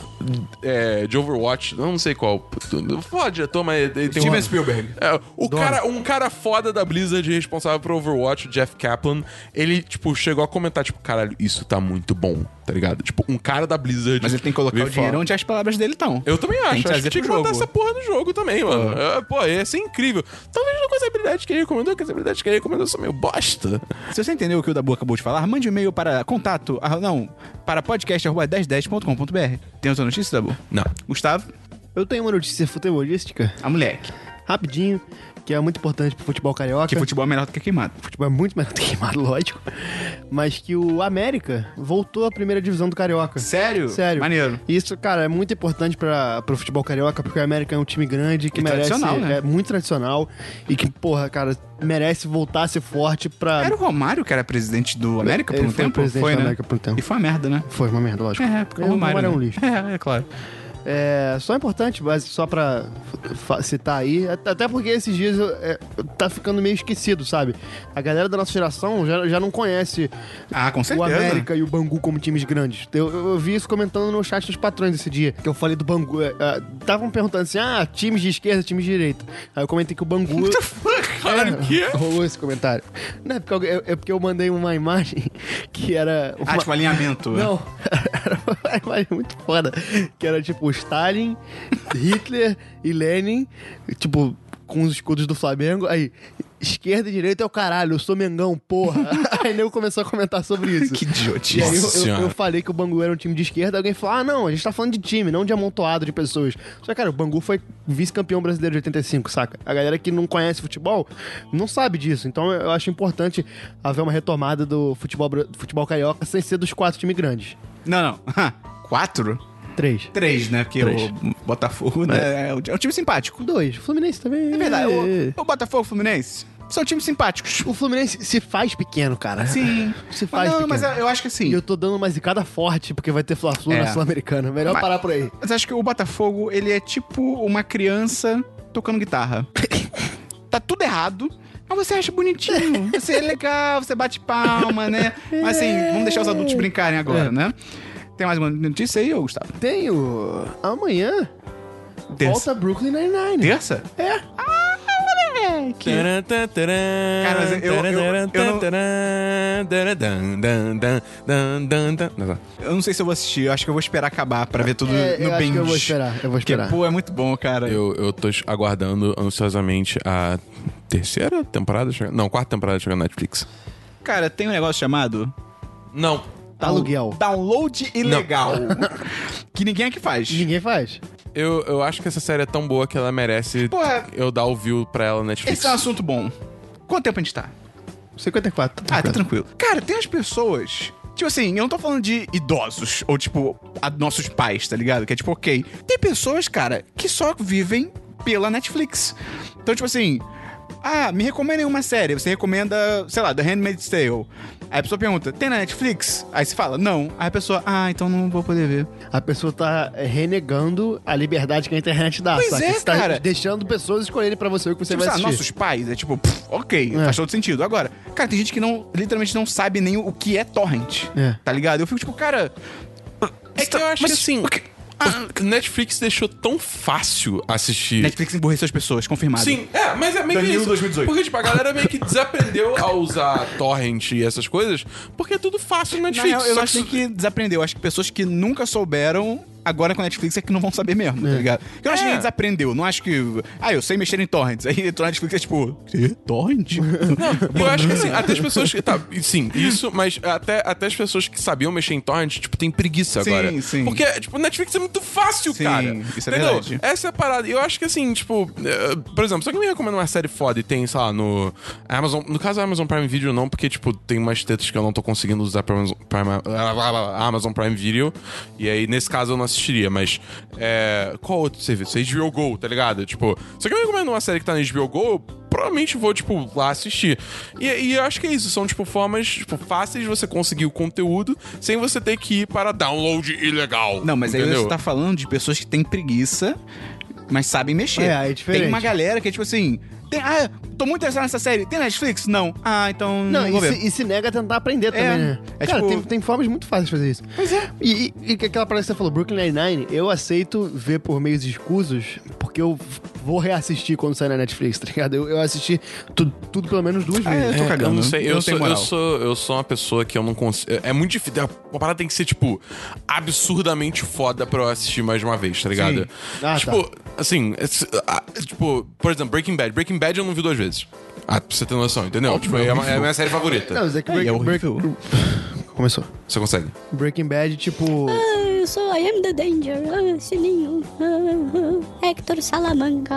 [SPEAKER 2] é, de Overwatch, eu não sei qual. Vou falar diretor, mas ele tem
[SPEAKER 1] Steven
[SPEAKER 2] um.
[SPEAKER 1] Spielberg.
[SPEAKER 2] É, o cara, um cara foda da Blizzard responsável por Overwatch, o Jeff Kaplan, ele, tipo, chegou a comentar, tipo, caralho, isso tá muito bom, tá ligado? Tipo, um cara da Blizzard.
[SPEAKER 1] Mas ele tem que colocar
[SPEAKER 2] veio
[SPEAKER 1] o dinheiro
[SPEAKER 2] falar.
[SPEAKER 1] onde as palavras dele estão.
[SPEAKER 2] Eu também acho.
[SPEAKER 1] Tem que
[SPEAKER 2] acho
[SPEAKER 1] trazer
[SPEAKER 2] que tinha que
[SPEAKER 1] pro
[SPEAKER 2] botar
[SPEAKER 1] jogo.
[SPEAKER 2] essa porra no jogo também, mano. É, pô, ia ser incrível. Talvez não com as habilidades que ele recomendou, que as habilidades que ele recomendou são meio bosta.
[SPEAKER 1] Se você entendeu o que o Dabu acabou de falar, mande um e-mail para contato, ah, não, para podcast.1010.com.br. Tem outra notícia, Dabu?
[SPEAKER 2] Não.
[SPEAKER 1] Gustavo,
[SPEAKER 3] Eu tenho uma notícia futebolística,
[SPEAKER 1] a mulher.
[SPEAKER 3] rapidinho, que é muito importante pro futebol carioca.
[SPEAKER 1] Que futebol é melhor do que queimado.
[SPEAKER 3] futebol é muito melhor do que queimado, lógico. Mas que o América voltou à primeira divisão do Carioca.
[SPEAKER 1] Sério?
[SPEAKER 3] Sério.
[SPEAKER 1] Maneiro.
[SPEAKER 3] Isso, cara, é muito importante para pro futebol carioca, porque o América é um time grande que
[SPEAKER 1] E
[SPEAKER 3] merece.
[SPEAKER 1] tradicional, né?
[SPEAKER 3] É muito tradicional. E que, porra, cara, merece voltar a ser forte pra.
[SPEAKER 1] Era o Romário que era presidente do América por
[SPEAKER 3] Ele
[SPEAKER 1] um
[SPEAKER 3] foi
[SPEAKER 1] tempo?
[SPEAKER 3] presidente
[SPEAKER 1] foi,
[SPEAKER 3] da
[SPEAKER 1] né?
[SPEAKER 3] América por um tempo.
[SPEAKER 1] E foi uma merda, né?
[SPEAKER 3] Foi uma merda, lógico.
[SPEAKER 1] É, porque o
[SPEAKER 3] Ele
[SPEAKER 1] Romário.
[SPEAKER 3] é um
[SPEAKER 1] né?
[SPEAKER 3] lixo.
[SPEAKER 1] É, é claro.
[SPEAKER 3] É, só é importante, mas só pra fa- citar aí, at- até porque esses dias eu- é, tá ficando meio esquecido, sabe? A galera da nossa geração já, já não conhece
[SPEAKER 1] Ah, com
[SPEAKER 3] o
[SPEAKER 1] certeza.
[SPEAKER 3] América e o Bangu como times grandes. Eu, eu- eu vi isso comentando no chat dos patrões esse dia, que eu falei do Bangu. Estavam perguntando assim, ah, times de esquerda, times de direita. Aí eu comentei que o Bangu...
[SPEAKER 2] Caralho, o que é?
[SPEAKER 3] Rolou esse comentário. Não, é porque eu, é- é porque eu mandei uma imagem que era... Uma...
[SPEAKER 1] Ah, tipo, alinhamento.
[SPEAKER 3] Não, era uma imagem muito foda. Que era tipo Stalin, Hitler e Lenin, tipo, com os escudos do Flamengo. Aí, esquerda e direita é o caralho, eu sou Mengão, porra. aí nego começou a comentar sobre isso.
[SPEAKER 1] Que
[SPEAKER 3] E aí
[SPEAKER 1] idiotice.
[SPEAKER 3] eu-
[SPEAKER 2] Nossa
[SPEAKER 3] eu, eu,
[SPEAKER 2] Senhora.
[SPEAKER 3] falei que o Bangu era um time de esquerda, alguém falou: ah, não, a gente tá falando de time, não de amontoado de pessoas. Só que, cara, o Bangu foi vice-campeão brasileiro de 85, saca? A galera que não conhece futebol não sabe disso. Então eu acho importante haver uma retomada do futebol, bra- do futebol carioca sem ser dos quatro times grandes.
[SPEAKER 1] Não, não. Quatro?
[SPEAKER 3] Três.
[SPEAKER 1] Três, né? Porque
[SPEAKER 3] Três.
[SPEAKER 1] o Botafogo, né? É um é um time simpático.
[SPEAKER 3] Dois. O Fluminense também.
[SPEAKER 1] É verdade. O, o Botafogo e o Fluminense são times simpáticos.
[SPEAKER 3] O Fluminense se faz pequeno, cara.
[SPEAKER 1] Sim.
[SPEAKER 3] Se faz
[SPEAKER 1] Mas, não,
[SPEAKER 3] pequeno.
[SPEAKER 1] mas eu acho que
[SPEAKER 3] E
[SPEAKER 1] assim.
[SPEAKER 3] eu tô dando uma zicada forte, porque vai ter Fla-Flu
[SPEAKER 1] É.
[SPEAKER 3] na Sul-Americana. Melhor
[SPEAKER 1] Mas-
[SPEAKER 3] parar por aí.
[SPEAKER 1] Mas acho que o Botafogo, ele é tipo uma criança tocando guitarra. tá tudo errado. Mas você acha bonitinho, você é legal, você bate palma, né? Mas assim, vamos deixar os adultos brincarem agora,
[SPEAKER 3] É.
[SPEAKER 1] né? Tem mais uma notícia aí, ô Gustavo?
[SPEAKER 3] Tenho. Amanhã.
[SPEAKER 1] Terça.
[SPEAKER 3] Volta Brooklyn Nine-Nine.
[SPEAKER 1] Terça?
[SPEAKER 3] É.
[SPEAKER 2] Taran, taran, taran,
[SPEAKER 1] Cara, mas eu- eu-
[SPEAKER 2] taran,
[SPEAKER 1] eu-
[SPEAKER 2] taran,
[SPEAKER 1] eu não-
[SPEAKER 2] taran, taran, dan, dan, dan, dan, dan, dan. Não, tá.
[SPEAKER 1] Eu não sei se eu vou assistir, eu acho que eu vou esperar acabar pra ver tudo
[SPEAKER 3] É,
[SPEAKER 1] no
[SPEAKER 3] eu acho
[SPEAKER 1] binge.
[SPEAKER 3] que eu vou esperar, eu vou
[SPEAKER 1] Porque,
[SPEAKER 3] esperar.
[SPEAKER 1] pô, é muito bom, cara.
[SPEAKER 2] Eu, eu tô aguardando ansiosamente a terceira temporada chegando. Não, quarta temporada chegando na Netflix.
[SPEAKER 1] Cara, tem um negócio chamado...
[SPEAKER 2] Não.
[SPEAKER 1] Tá
[SPEAKER 3] Aluguel.
[SPEAKER 1] Download ilegal. que ninguém aqui faz.
[SPEAKER 3] Ninguém faz.
[SPEAKER 2] Eu, eu acho que essa série é tão boa que ela merece
[SPEAKER 1] Porra.
[SPEAKER 2] eu dar o view pra ela na Netflix.
[SPEAKER 1] Esse é um assunto bom. Quanto tempo a gente tá?
[SPEAKER 3] 54.
[SPEAKER 1] Ah, tá tranquilo. Cara, tem as pessoas. Tipo assim, eu não tô falando de idosos ou, tipo, a- nossos pais, tá ligado? Que é tipo, ok. Tem pessoas, cara, que só vivem pela Netflix. Então, tipo assim. Ah, me recomendem uma série. Você recomenda, sei lá, The Handmaid's Tale. Aí a pessoa pergunta, tem na Netflix? Aí você fala, não. Aí a pessoa, ah, então não vou poder ver.
[SPEAKER 3] A pessoa tá é, renegando a liberdade que a internet dá,
[SPEAKER 1] Pois
[SPEAKER 3] saca?
[SPEAKER 1] é,
[SPEAKER 3] Você tá
[SPEAKER 1] cara.
[SPEAKER 3] deixando pessoas escolherem pra você o que você
[SPEAKER 1] Tipo,
[SPEAKER 3] vai
[SPEAKER 1] sei lá,
[SPEAKER 3] assistir.
[SPEAKER 1] nossos pais, é tipo, pff, ok,
[SPEAKER 3] É.
[SPEAKER 1] faz todo sentido. Agora, cara, tem gente que não, literalmente não sabe nem o que é torrent,
[SPEAKER 3] É. tá,
[SPEAKER 1] tá ligado? Eu fico tipo, cara...
[SPEAKER 2] É que eu acho que assim. o Netflix deixou tão fácil assistir.
[SPEAKER 1] Netflix emburreceu as pessoas, confirmado.
[SPEAKER 2] Sim, é, mas é meio que
[SPEAKER 1] Danilo
[SPEAKER 2] isso.
[SPEAKER 1] 2018.
[SPEAKER 2] Porque, tipo, a galera meio que desaprendeu a usar torrent e essas coisas, porque é tudo fácil no
[SPEAKER 1] Na
[SPEAKER 2] Netflix.
[SPEAKER 1] real, eu
[SPEAKER 2] só
[SPEAKER 1] não acho nem
[SPEAKER 2] que...
[SPEAKER 1] que desaprendeu. Acho que pessoas que nunca souberam, agora com a Netflix é que não vão saber mesmo, tá ligado? Eu não acho que
[SPEAKER 2] É.
[SPEAKER 1] ninguém desaprendeu. Não acho que. Ah, eu sei mexer em torrents. Aí entrou na Netflix e é tipo. "Quê? Torrent?
[SPEAKER 2] E eu acho que assim, até as pessoas que. Tá, sim, isso, mas até, até as pessoas que sabiam mexer em torrent, tipo, tem preguiça
[SPEAKER 1] Sim,
[SPEAKER 2] agora.
[SPEAKER 1] sim.
[SPEAKER 2] Porque, tipo, Netflix é muito fácil,
[SPEAKER 1] Sim,
[SPEAKER 2] cara.
[SPEAKER 1] isso é
[SPEAKER 2] Entendeu?
[SPEAKER 1] verdade.
[SPEAKER 2] Essa é a parada. E eu acho que assim, tipo, eh, por exemplo, se alguém me recomenda uma série foda e tem, sei lá, no Amazon. No caso, Amazon Prime Video não, porque, tipo, tem umas tetas que eu não tô conseguindo usar pra Amazon Prime, ah, blá, blá, Amazon Prime Video. E aí, nesse caso, eu não assistiria, mas. eh, qual outro serviço? HBO Go, tá ligado? Tipo, se alguém me recomenda uma série que tá na HBO Go, eu provavelmente vou, tipo, lá assistir. E, e eu acho que é isso. São, tipo, formas, tipo, fáceis de você conseguir o conteúdo sem você ter que ir para download ilegal.
[SPEAKER 1] Não, mas aí
[SPEAKER 2] entendeu?
[SPEAKER 1] você tá falando de pessoas que têm preguiça, mas sabem mexer.
[SPEAKER 3] É, é diferente.
[SPEAKER 1] Tem uma galera que é tipo assim. tem- ah, tô muito interessado nessa série. Tem Netflix? Não. Ah, então. Não,
[SPEAKER 3] Não, e
[SPEAKER 1] vou ver.
[SPEAKER 3] se, e se nega a tentar aprender também, né?
[SPEAKER 1] É
[SPEAKER 3] Cara,
[SPEAKER 1] tipo-
[SPEAKER 3] tem, tem formas muito fáceis de fazer isso. Pois é. E, e- e aquela parada que você falou, Brooklyn Nine-Nine, eu aceito ver por meios escusos, porque eu vou reassistir quando sair na Netflix, tá ligado? Eu, eu assisti tu- tudo pelo menos duas
[SPEAKER 1] Ah,
[SPEAKER 3] vezes.
[SPEAKER 1] eu tô
[SPEAKER 2] É,
[SPEAKER 1] cagando.
[SPEAKER 2] Eu não sei, eu,
[SPEAKER 1] não tenho
[SPEAKER 2] sou, eu,
[SPEAKER 1] moral.
[SPEAKER 2] sou, eu sou uma pessoa que eu não consigo. É muito difícil. Uma parada tem que ser, tipo, absurdamente foda pra eu assistir mais de uma vez, tá ligado?
[SPEAKER 3] Ah, tá.
[SPEAKER 2] tipo, assim, esse- ah, tipo, por exemplo, Breaking Bad. Breaking Bad eu não vi duas vezes. Ah, pra você ter noção, entendeu? tipo, é, uma- é a minha série favorita.
[SPEAKER 3] Não, mas é que
[SPEAKER 1] É, e é
[SPEAKER 3] Break-
[SPEAKER 1] horrível.
[SPEAKER 3] Começou.
[SPEAKER 2] Você consegue.
[SPEAKER 3] Breaking Bad, tipo...
[SPEAKER 1] É,
[SPEAKER 7] Ah, Eu sou I am the danger, ah, sininho, ah, ah, Hector Salamanca.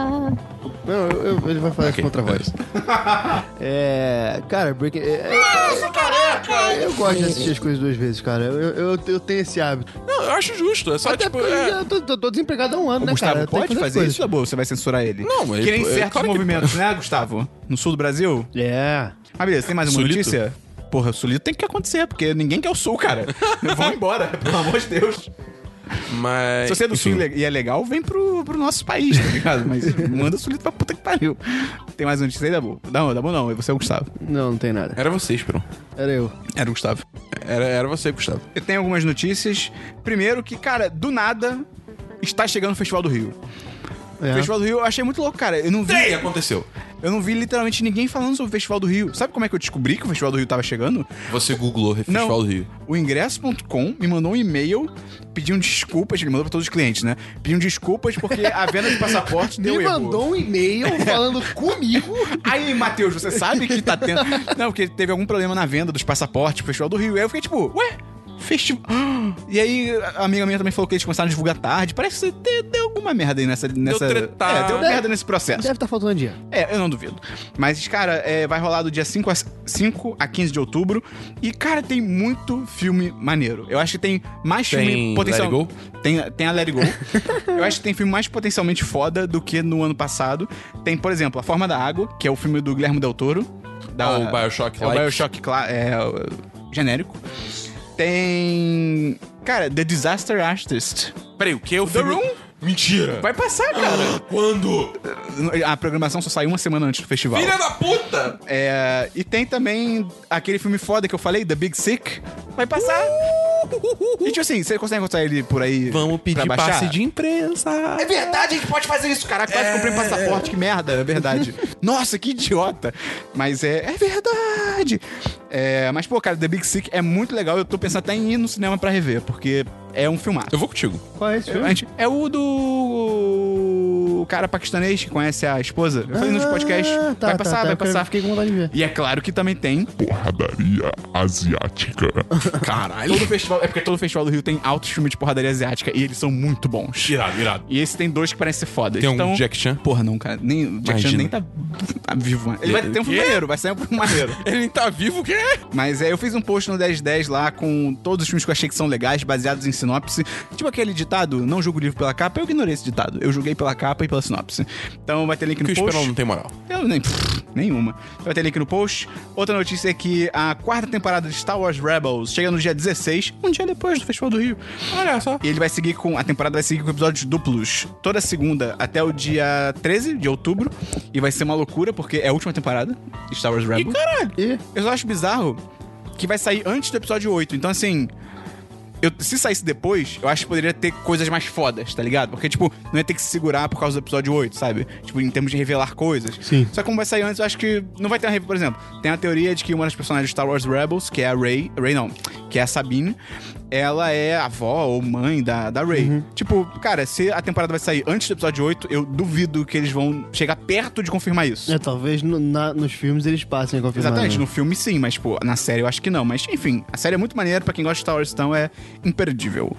[SPEAKER 3] Não, eu- eu- ele vai falar
[SPEAKER 2] Ok.
[SPEAKER 3] com outra voz. É. Cara, Breaking. É, eu gosto de assistir as coisas duas vezes, cara. Eu, eu, eu tenho esse hábito.
[SPEAKER 2] Não, eu acho justo. É só,
[SPEAKER 3] Até
[SPEAKER 2] tipo.
[SPEAKER 3] porque
[SPEAKER 2] é-
[SPEAKER 3] eu tô, tô- tô desempregado há um ano,
[SPEAKER 1] Ô,
[SPEAKER 3] né,
[SPEAKER 1] Gustavo,
[SPEAKER 3] cara? Eu tenho que
[SPEAKER 1] pode fazer
[SPEAKER 3] coisas.
[SPEAKER 1] isso, Dabu? Você vai censurar ele?
[SPEAKER 2] Não, mas-
[SPEAKER 1] Que nem
[SPEAKER 2] é,
[SPEAKER 1] certos
[SPEAKER 2] claro que
[SPEAKER 1] movimentos, né, Gustavo? No sul do Brasil.
[SPEAKER 3] É.
[SPEAKER 1] Mas beleza, tem mais uma
[SPEAKER 2] Sulito?
[SPEAKER 1] notícia? Porra, o Sulito tem que acontecer, porque ninguém quer o Sul, cara. Vão embora, pelo amor de Deus.
[SPEAKER 2] Mas.
[SPEAKER 1] Se você é do
[SPEAKER 2] enfim.
[SPEAKER 1] Sul e é legal, vem pro, pro nosso país, tá ligado? Mas manda o Sulito pra puta que pariu. Tem mais uma notícia aí, Dabu? Não, Dabu não, você é o Gustavo.
[SPEAKER 3] Não, não tem nada.
[SPEAKER 2] Era você, Esperon.
[SPEAKER 3] Era eu.
[SPEAKER 1] Era o Gustavo.
[SPEAKER 2] Era, era você, Gustavo.
[SPEAKER 1] Eu tenho algumas notícias. Primeiro que, cara, do nada está chegando o Festival do Rio.
[SPEAKER 3] É.
[SPEAKER 1] Festival do Rio, eu achei muito louco, cara. Eu não vi.
[SPEAKER 2] Tem, aconteceu.
[SPEAKER 1] Eu não vi literalmente ninguém falando sobre o Festival do Rio. Sabe como é que eu descobri que o Festival do Rio tava chegando?
[SPEAKER 2] Você googlou Festival do Rio.
[SPEAKER 1] O ingresso.com me mandou um e-mail pedindo desculpas, ele mandou pra todos os clientes, né? Pedindo desculpas porque a venda de passaporte deu
[SPEAKER 3] Me
[SPEAKER 1] erro.
[SPEAKER 3] mandou um e-mail falando comigo.
[SPEAKER 1] Aí, Matheus, você sabe que tá tendo. Não, porque teve algum problema na venda dos passaportes pro Festival do Rio. Aí eu fiquei tipo, ué? Festival. E aí, a amiga minha também falou que eles começaram a divulgar tarde. Parece que te- deu alguma merda aí nessa. nessa...
[SPEAKER 2] treta.
[SPEAKER 1] É, deu
[SPEAKER 2] Deve-
[SPEAKER 1] merda nesse processo.
[SPEAKER 3] Deve estar faltando um dinheiro.
[SPEAKER 1] É, eu não duvido. Mas, cara, é, vai rolar do dia 5 a, 5 a 15 de outubro. E, cara, tem muito filme maneiro. Eu acho que tem mais
[SPEAKER 2] Tem
[SPEAKER 1] filme
[SPEAKER 2] Let
[SPEAKER 1] potencial.
[SPEAKER 2] It Go?
[SPEAKER 1] Tem, tem a Let It Go. eu acho que tem filme mais potencialmente foda do que no ano passado. Tem, por exemplo, A Forma da Água, que é o filme do Guilherme Del Toro. Da,
[SPEAKER 2] Ah, o Bioshock
[SPEAKER 1] É o
[SPEAKER 2] Light.
[SPEAKER 1] Bioshock cla- é, o- genérico. Tem. Cara, The Disaster Artist.
[SPEAKER 2] Peraí, o que é o filme?
[SPEAKER 1] Room?
[SPEAKER 2] Mentira.
[SPEAKER 1] Vai passar, cara.
[SPEAKER 2] Quando?
[SPEAKER 1] A programação só saiu uma semana antes do festival.
[SPEAKER 2] Filha da puta!
[SPEAKER 1] É, e tem também aquele filme foda que eu falei, The Big Sick. Vai passar. E tipo assim, você consegue encontrar ele por aí? pra baixar?
[SPEAKER 2] imprensa.
[SPEAKER 1] É verdade, a gente pode fazer isso, caraca.
[SPEAKER 2] É.
[SPEAKER 1] Quase comprei um passaporte, que merda, é verdade. Nossa, que idiota. Mas é, é verdade. É, mas, pô, cara, The Big Sick é muito legal. Eu tô pensando até em ir no cinema pra rever, porque é um filmato.
[SPEAKER 2] Eu vou contigo.
[SPEAKER 3] Qual é esse
[SPEAKER 1] A gente- é o do. O cara paquistanês que conhece a esposa. Eu falei nos podcasts.
[SPEAKER 3] tá,
[SPEAKER 1] vai
[SPEAKER 3] tá,
[SPEAKER 1] passar,
[SPEAKER 3] tá,
[SPEAKER 1] vai
[SPEAKER 3] eu
[SPEAKER 1] passar.
[SPEAKER 3] Fiquei com vontade de ver.
[SPEAKER 1] E é claro que também tem
[SPEAKER 8] porradaria asiática.
[SPEAKER 2] Caralho.
[SPEAKER 1] Todo festival, é porque todo festival do Rio tem altos filmes de porradaria asiática e eles são muito bons.
[SPEAKER 2] Irado, irado.
[SPEAKER 1] E esse tem dois que parecem ser fodas.
[SPEAKER 2] Tem um
[SPEAKER 1] então,
[SPEAKER 2] Jack Chan?
[SPEAKER 1] Porra, não, cara. Nem, o Jack Chan
[SPEAKER 2] Imagina.
[SPEAKER 1] nem tá, tá vivo. mais. Ele vai ter um filme
[SPEAKER 2] Quê?
[SPEAKER 1] maneiro, vai sair um filme maneiro.
[SPEAKER 2] Ele nem tá vivo, o quê?
[SPEAKER 1] Mas é, eu fiz um post no 1010 lá com todos os filmes que eu achei que são legais, baseados em sinopse. Tipo aquele ditado, não julgo o livro pela capa, eu ignorei esse ditado. Eu julguei pela capa e pela sinopse. Então vai ter link no
[SPEAKER 2] Que o
[SPEAKER 1] post.
[SPEAKER 2] Esperão não tem moral.
[SPEAKER 1] Eu nem. pff, nenhuma. Vai ter link no post. Outra notícia é que a quarta temporada de Star Wars Rebels chega no dia 16, um dia depois do Festival do Rio.
[SPEAKER 2] Olha só.
[SPEAKER 1] E ele vai seguir com. A temporada vai seguir com episódios duplos toda segunda até o dia 13 de outubro. E vai ser uma loucura, porque é a última temporada de Star Wars Rebels.
[SPEAKER 3] E
[SPEAKER 1] Eu só acho bizarro que vai sair antes do episódio 8. Então, assim. eu- se saísse depois, eu acho que poderia ter coisas mais fodas, tá ligado? Porque, tipo, não ia ter que se segurar por causa do episódio 8, sabe? Tipo, em termos de revelar coisas.
[SPEAKER 3] Sim.
[SPEAKER 1] Só que como vai sair antes, eu acho que não vai ter uma review. Por exemplo, tem a teoria de que uma das personagens de Star Wars Rebels, que é a Rey... Rey não, que é a Sabine, ela é a avó ou mãe da, da Rey. Tipo, cara, se a temporada vai sair antes do episódio 8, eu duvido que eles vão chegar perto de confirmar isso.
[SPEAKER 3] é, talvez no- na- nos filmes eles passem a confirmar.
[SPEAKER 1] Exatamente,
[SPEAKER 3] né?
[SPEAKER 1] no filme sim, mas pô, na série eu acho que não. Mas enfim, a série é muito maneira, pra quem gosta de Star Wars, então é imperdível.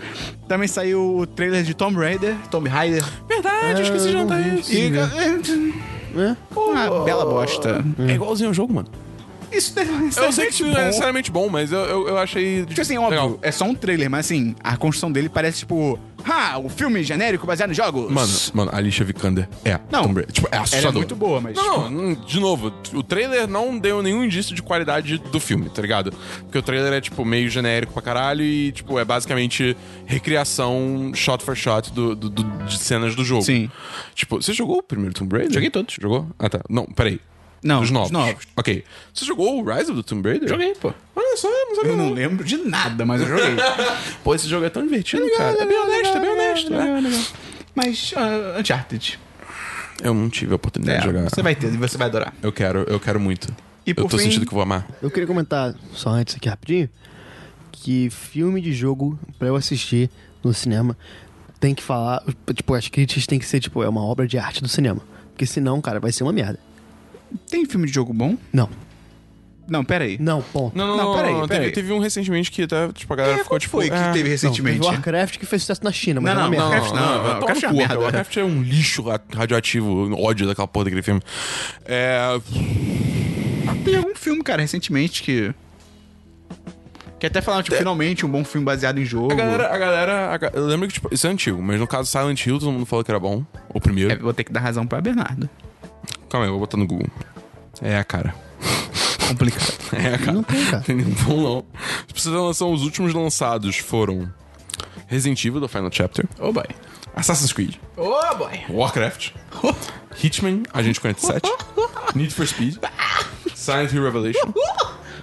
[SPEAKER 1] Também saiu o trailer de Tomb Raider, Tomb Raider.
[SPEAKER 2] Verdade, eu esqueci de jantar isso.
[SPEAKER 1] E,
[SPEAKER 3] né?
[SPEAKER 1] é, uma bela bosta.
[SPEAKER 2] É igualzinho ao jogo, mano.
[SPEAKER 1] Isso deve
[SPEAKER 2] Eu sei que isso não é necessariamente bom, mas eu, eu, eu achei.
[SPEAKER 1] Tipo assim, óbvio,
[SPEAKER 2] legal.
[SPEAKER 1] é só um trailer, mas assim, a construção dele parece tipo. Ah, o filme genérico baseado em jogos.
[SPEAKER 2] Mano, mano, a Alicia Vikander é.
[SPEAKER 1] Não.
[SPEAKER 2] Tomb Raider. Tipo, é
[SPEAKER 1] ela é
[SPEAKER 2] assustador.
[SPEAKER 1] muito boa, mas.
[SPEAKER 2] Não, não, de novo, o trailer não deu nenhum indício de qualidade do filme, tá ligado? Porque o trailer é, tipo, meio genérico pra caralho e, tipo, é basicamente recriação shot for shot do, do- do- de cenas do jogo.
[SPEAKER 1] Sim.
[SPEAKER 2] Tipo, você jogou o primeiro Tomb Raider?
[SPEAKER 1] Joguei todos.
[SPEAKER 2] Jogou? Ah, tá. Não, peraí.
[SPEAKER 1] Não,
[SPEAKER 2] Os novos.
[SPEAKER 1] os novos.
[SPEAKER 2] Ok. Você jogou o Rise of the Tomb Raider?
[SPEAKER 1] Joguei, pô.
[SPEAKER 2] Olha só, é não sabia
[SPEAKER 1] Eu não
[SPEAKER 2] não.
[SPEAKER 1] lembro de nada, mas eu joguei.
[SPEAKER 2] Pô, esse jogo é tão divertido, cara. é bem honesto, é bem honesto. né?
[SPEAKER 1] Mas, ah, Uncharted.
[SPEAKER 2] Eu não tive a oportunidade
[SPEAKER 1] É,
[SPEAKER 2] de jogar.
[SPEAKER 1] você vai ter, você vai adorar.
[SPEAKER 2] Eu quero, eu quero muito.
[SPEAKER 1] E
[SPEAKER 2] eu
[SPEAKER 1] por
[SPEAKER 2] tô
[SPEAKER 1] fim-
[SPEAKER 2] sentindo que eu vou amar.
[SPEAKER 3] Eu queria comentar só antes aqui rapidinho que filme de jogo pra eu assistir no cinema tem que falar, tipo, as críticas tem que ser tipo, é uma obra de arte do cinema. Porque senão, cara, vai ser uma merda.
[SPEAKER 1] Tem filme de jogo bom?
[SPEAKER 3] Não.
[SPEAKER 1] Não, pera aí.
[SPEAKER 3] Não, ponto.
[SPEAKER 2] Não, não,
[SPEAKER 1] Não,
[SPEAKER 2] não.
[SPEAKER 1] peraí,
[SPEAKER 2] não, teve-
[SPEAKER 1] peraí.
[SPEAKER 2] Teve, um recentemente que tá, tipo, a galera
[SPEAKER 1] É,
[SPEAKER 2] ficou
[SPEAKER 1] qual
[SPEAKER 2] tipo.
[SPEAKER 1] foi que
[SPEAKER 2] ah,
[SPEAKER 1] teve
[SPEAKER 3] Teve
[SPEAKER 1] recentemente?
[SPEAKER 3] Warcraft que fez sucesso na China, mas
[SPEAKER 1] Não,
[SPEAKER 3] é uma merda.
[SPEAKER 1] Warcraft não,
[SPEAKER 2] vai
[SPEAKER 1] Warcraft
[SPEAKER 2] tomar
[SPEAKER 1] é
[SPEAKER 2] no cu,
[SPEAKER 1] merda.
[SPEAKER 2] cara. Warcraft é um lixo ra- radioativo, eu ódio daquela porra daquele filme. É.
[SPEAKER 1] Tem algum filme, cara, recentemente que. Que até falaram, tipo, finalmente um bom filme baseado em jogo.
[SPEAKER 2] A galera, a galera. a ga- eu lembro que, tipo, isso é antigo, mas no caso Silent Hill, todo mundo falou que era bom. O primeiro.
[SPEAKER 1] É, vou ter que dar razão pra Bernardo.
[SPEAKER 2] Calma aí, eu vou botar no Google. É, cara.
[SPEAKER 1] Complicado.
[SPEAKER 2] É, cara.
[SPEAKER 3] Não tem, cara.
[SPEAKER 2] Tem nenhum bom, não. Pra você ter uma noção, os últimos lançados foram Resident Evil, do Final Chapter.
[SPEAKER 1] Ô, Oh, boy.
[SPEAKER 2] Assassin's Creed.
[SPEAKER 1] Ô, boy.
[SPEAKER 2] Warcraft. Hitman, Agente 47. Need for Speed. Silent Hill Revelation.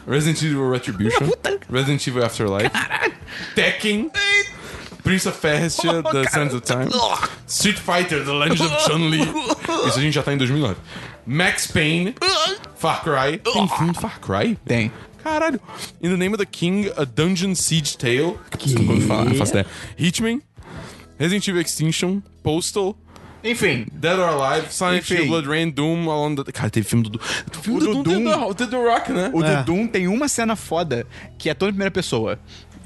[SPEAKER 2] Resident Evil Retribution. Resident Evil
[SPEAKER 1] Oh,
[SPEAKER 2] Afterlife. Tekken. Prince of Persia, The Sands of Time. Street Fighter The Legend of Chun-Li.
[SPEAKER 1] Oh.
[SPEAKER 2] Isso a gente já tá em 2009. Max Payne. Far Cry. Tem filme do Far Cry?
[SPEAKER 1] Oh. Tem.
[SPEAKER 2] Caralho. In the Name of the King, A Dungeon Siege Tale. Que? Não vou falar, não faço ideia. Hitman. Resident Evil Extinction. Postal.
[SPEAKER 1] Enfim.
[SPEAKER 2] Dead or Alive, Silent
[SPEAKER 1] Enfim.
[SPEAKER 2] Hill, Blood Rain, Doom, Along the... Cara, teve filme do Doom. O filme
[SPEAKER 1] O
[SPEAKER 2] do,
[SPEAKER 1] do
[SPEAKER 2] Doom,
[SPEAKER 1] Doom.
[SPEAKER 2] Tem o The, The Rock, né?
[SPEAKER 1] O
[SPEAKER 3] É.
[SPEAKER 1] do Doom tem uma cena foda que é toda em primeira pessoa.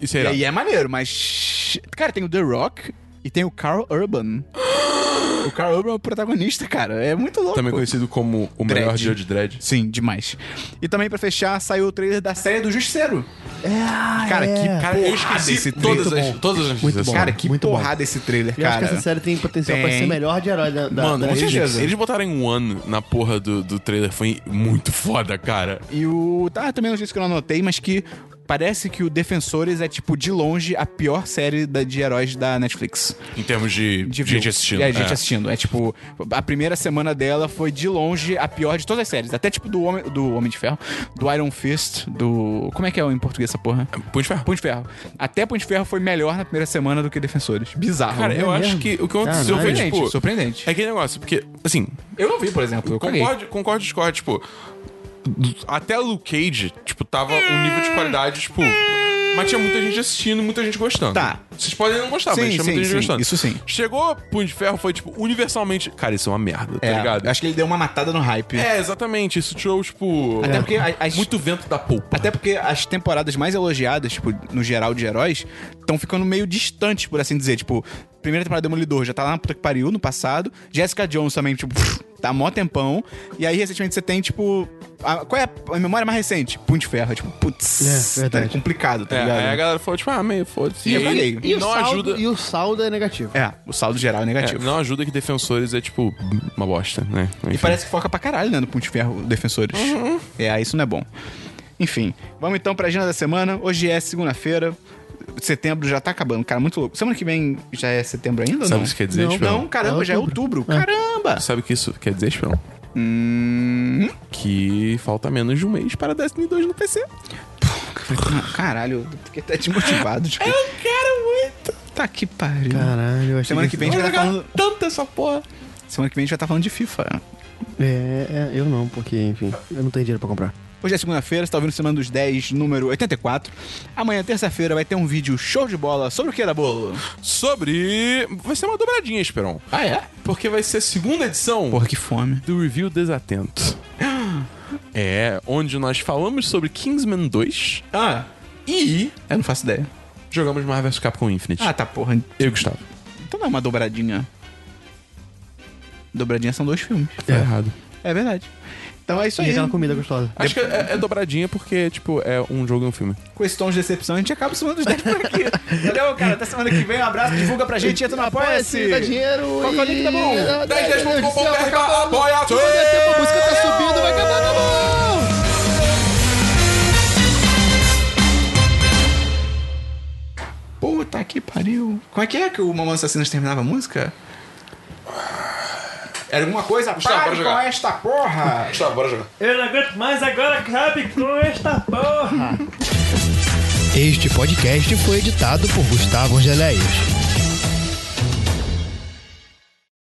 [SPEAKER 2] Isso
[SPEAKER 1] E
[SPEAKER 2] aí.
[SPEAKER 1] aí é maneiro, mas. Cara, tem o The Rock e tem o Carl Urban. o Carl Urban é o protagonista, cara. É muito louco.
[SPEAKER 2] Também conhecido como o
[SPEAKER 1] Dredd.
[SPEAKER 2] melhor Judge Dredd.
[SPEAKER 1] Sim, demais. E também, pra fechar, saiu o trailer da série do Justiceiro.
[SPEAKER 3] Ah,
[SPEAKER 1] Cara,
[SPEAKER 3] é.
[SPEAKER 1] que
[SPEAKER 2] Cara, eu esqueci todas
[SPEAKER 3] Muito
[SPEAKER 2] as-
[SPEAKER 3] é bom.
[SPEAKER 2] todas as
[SPEAKER 3] Muito bom.
[SPEAKER 1] Cara, que
[SPEAKER 3] muito bom.
[SPEAKER 1] porrada esse trailer,
[SPEAKER 3] Eu acho que
[SPEAKER 1] cara.
[SPEAKER 3] essa série tem potencial pra
[SPEAKER 1] Tem.
[SPEAKER 3] ser melhor de herói da, da,
[SPEAKER 2] Mano,
[SPEAKER 3] da
[SPEAKER 2] com
[SPEAKER 1] eles-
[SPEAKER 2] certeza. Eles botarem One na porra do, do trailer foi muito foda, cara.
[SPEAKER 3] é
[SPEAKER 1] E o. Ah, também notícia que eu não anotei, mas que parece que o Defensores é, tipo, de longe a pior série da- de heróis da Netflix.
[SPEAKER 2] Em termos de,
[SPEAKER 1] De
[SPEAKER 2] gente
[SPEAKER 1] view.
[SPEAKER 2] assistindo.
[SPEAKER 1] É, gente assistindo. É tipo, a primeira semana dela foi de longe a pior de todas as séries. Até tipo do Homem, do Homem de Ferro, do Iron Fist, do. Como é que é em português essa porra?
[SPEAKER 2] Punho de ferro.
[SPEAKER 1] Punho de Ferro. Até Punho de Ferro foi melhor na primeira semana do que Defensores. Bizarro.
[SPEAKER 2] Cara, eu
[SPEAKER 3] é
[SPEAKER 2] acho
[SPEAKER 3] mesmo?
[SPEAKER 2] que o que aconteceu foi,
[SPEAKER 1] surpreendente,
[SPEAKER 2] tipo...
[SPEAKER 1] surpreendente.
[SPEAKER 2] É aquele negócio, porque, assim,
[SPEAKER 1] Eu não vi, por exemplo. Eu caguei.
[SPEAKER 2] concordo, concordo, discordo, tipo... Até Luke Cage, tipo, tava um nível de qualidade, tipo... Mas tinha muita gente assistindo, muita gente gostando.
[SPEAKER 1] Tá.
[SPEAKER 2] Vocês podem não gostar,
[SPEAKER 1] Sim,
[SPEAKER 2] mas tinha muita
[SPEAKER 1] sim,
[SPEAKER 2] gente
[SPEAKER 1] sim,
[SPEAKER 2] gostando.
[SPEAKER 1] isso sim.
[SPEAKER 2] Chegou Punho de Ferro, foi, tipo, universalmente... Cara, isso é uma merda, tá
[SPEAKER 1] É,
[SPEAKER 2] ligado?
[SPEAKER 1] Acho que ele deu uma matada no hype.
[SPEAKER 2] É, exatamente. Isso tirou, tipo...
[SPEAKER 1] Até porque a- as-
[SPEAKER 2] Muito vento da polpa. né?
[SPEAKER 1] Até porque as temporadas mais elogiadas, tipo, no geral de heróis, estão ficando meio distantes, por assim dizer. Tipo, primeira temporada de Demolidor já tá lá na puta que pariu no passado. Jessica Jones também, tipo, tá mó tempão. E aí, recentemente, você tem, tipo. a- qual é a, a memória mais recente? Punho de Ferro. É, Tipo, putz,
[SPEAKER 3] É,
[SPEAKER 1] tá
[SPEAKER 3] verdade.
[SPEAKER 1] complicado, tá
[SPEAKER 2] É,
[SPEAKER 1] ligado?
[SPEAKER 2] aí a galera falou, tipo, ah, meio foda-se.
[SPEAKER 1] E eu
[SPEAKER 2] aí
[SPEAKER 1] falei,
[SPEAKER 3] E o,
[SPEAKER 2] não
[SPEAKER 3] saldo,
[SPEAKER 2] ajuda.
[SPEAKER 3] e o saldo é negativo.
[SPEAKER 1] É, o saldo geral é
[SPEAKER 2] É,
[SPEAKER 1] negativo.
[SPEAKER 2] não ajuda que defensores é, tipo, uma bosta, né?
[SPEAKER 1] E parece que foca pra caralho, né, no Punho de Ferro, defensores.
[SPEAKER 2] Uhum.
[SPEAKER 1] É, aí isso não é bom. Enfim, vamos então pra agenda da semana. Hoje é segunda-feira. Setembro já tá acabando, cara, muito louco. Semana que vem já é setembro ainda? ou
[SPEAKER 2] Sabe
[SPEAKER 1] não?
[SPEAKER 2] o que quer dizer,
[SPEAKER 1] Não,
[SPEAKER 2] Esperão?
[SPEAKER 1] não, caramba,
[SPEAKER 3] É
[SPEAKER 1] já é outubro. Caramba!
[SPEAKER 2] Sabe o que isso quer dizer, Esperão?
[SPEAKER 1] Hum,
[SPEAKER 2] Que falta menos de um mês para Destiny 2 no PC.
[SPEAKER 1] Ah, caralho, eu fiquei até desmotivado. Tipo,
[SPEAKER 2] quero muito!
[SPEAKER 1] tá que pariu.
[SPEAKER 3] Caralho, eu achei
[SPEAKER 1] Semana que vem a gente vai estar falando.
[SPEAKER 2] tanto essa porra.
[SPEAKER 1] Semana que vem a gente vai estar falando de FIFA.
[SPEAKER 3] É, é, eu não, porque, enfim, eu não tenho dinheiro pra comprar.
[SPEAKER 1] Hoje é segunda-feira, você tá ouvindo Semana dos 10, número 84. Amanhã, terça-feira, vai ter um vídeo show de bola sobre o que era bolo.
[SPEAKER 2] Sobre. Vai ser uma dobradinha, Esperão.
[SPEAKER 1] Ah, é?
[SPEAKER 2] Porque vai ser a segunda edição
[SPEAKER 1] Porra, que fome.
[SPEAKER 2] do Review Desatento. É, onde nós falamos sobre Kingsman 2
[SPEAKER 1] Ah,
[SPEAKER 2] e
[SPEAKER 1] eu não faço ideia.
[SPEAKER 2] jogamos Marvel vs Capcom Infinite.
[SPEAKER 1] Ah, tá, porra.
[SPEAKER 2] Eu e Gustavo.
[SPEAKER 1] Então não é uma dobradinha. Dobradinha são dois filmes.
[SPEAKER 2] Tá errado.
[SPEAKER 1] É verdade. Então é isso
[SPEAKER 3] E
[SPEAKER 1] aí.
[SPEAKER 3] aquela comida gostosa.
[SPEAKER 2] Acho que é, é dobradinha porque, tipo, é um jogo e um filme.
[SPEAKER 1] Com esse tom de decepção, a gente acaba semana dos 10 por aqui. Valeu, cara. Até semana que vem. Um abraço, divulga pra gente, entra no Apoia-se.
[SPEAKER 3] Dá dinheiro
[SPEAKER 1] Qual que é o link da mão?
[SPEAKER 3] e- Ah,
[SPEAKER 2] 1010.com.br
[SPEAKER 3] vai acabar.
[SPEAKER 2] apoia-se.
[SPEAKER 3] Não dá é tempo, a música tá subindo, vai acabar na mão!
[SPEAKER 1] Puta que pariu. Como é que é que o Mamãe Assassinas terminava a música? Era alguma coisa?
[SPEAKER 2] Gustavo,
[SPEAKER 1] Pare
[SPEAKER 2] bora
[SPEAKER 1] com
[SPEAKER 2] jogar.
[SPEAKER 1] esta porra.
[SPEAKER 2] Gustavo, bora jogar.
[SPEAKER 9] Eu não aguento mais agora, cabe com esta porra!
[SPEAKER 10] Este podcast foi editado por Gustavo Angeléias.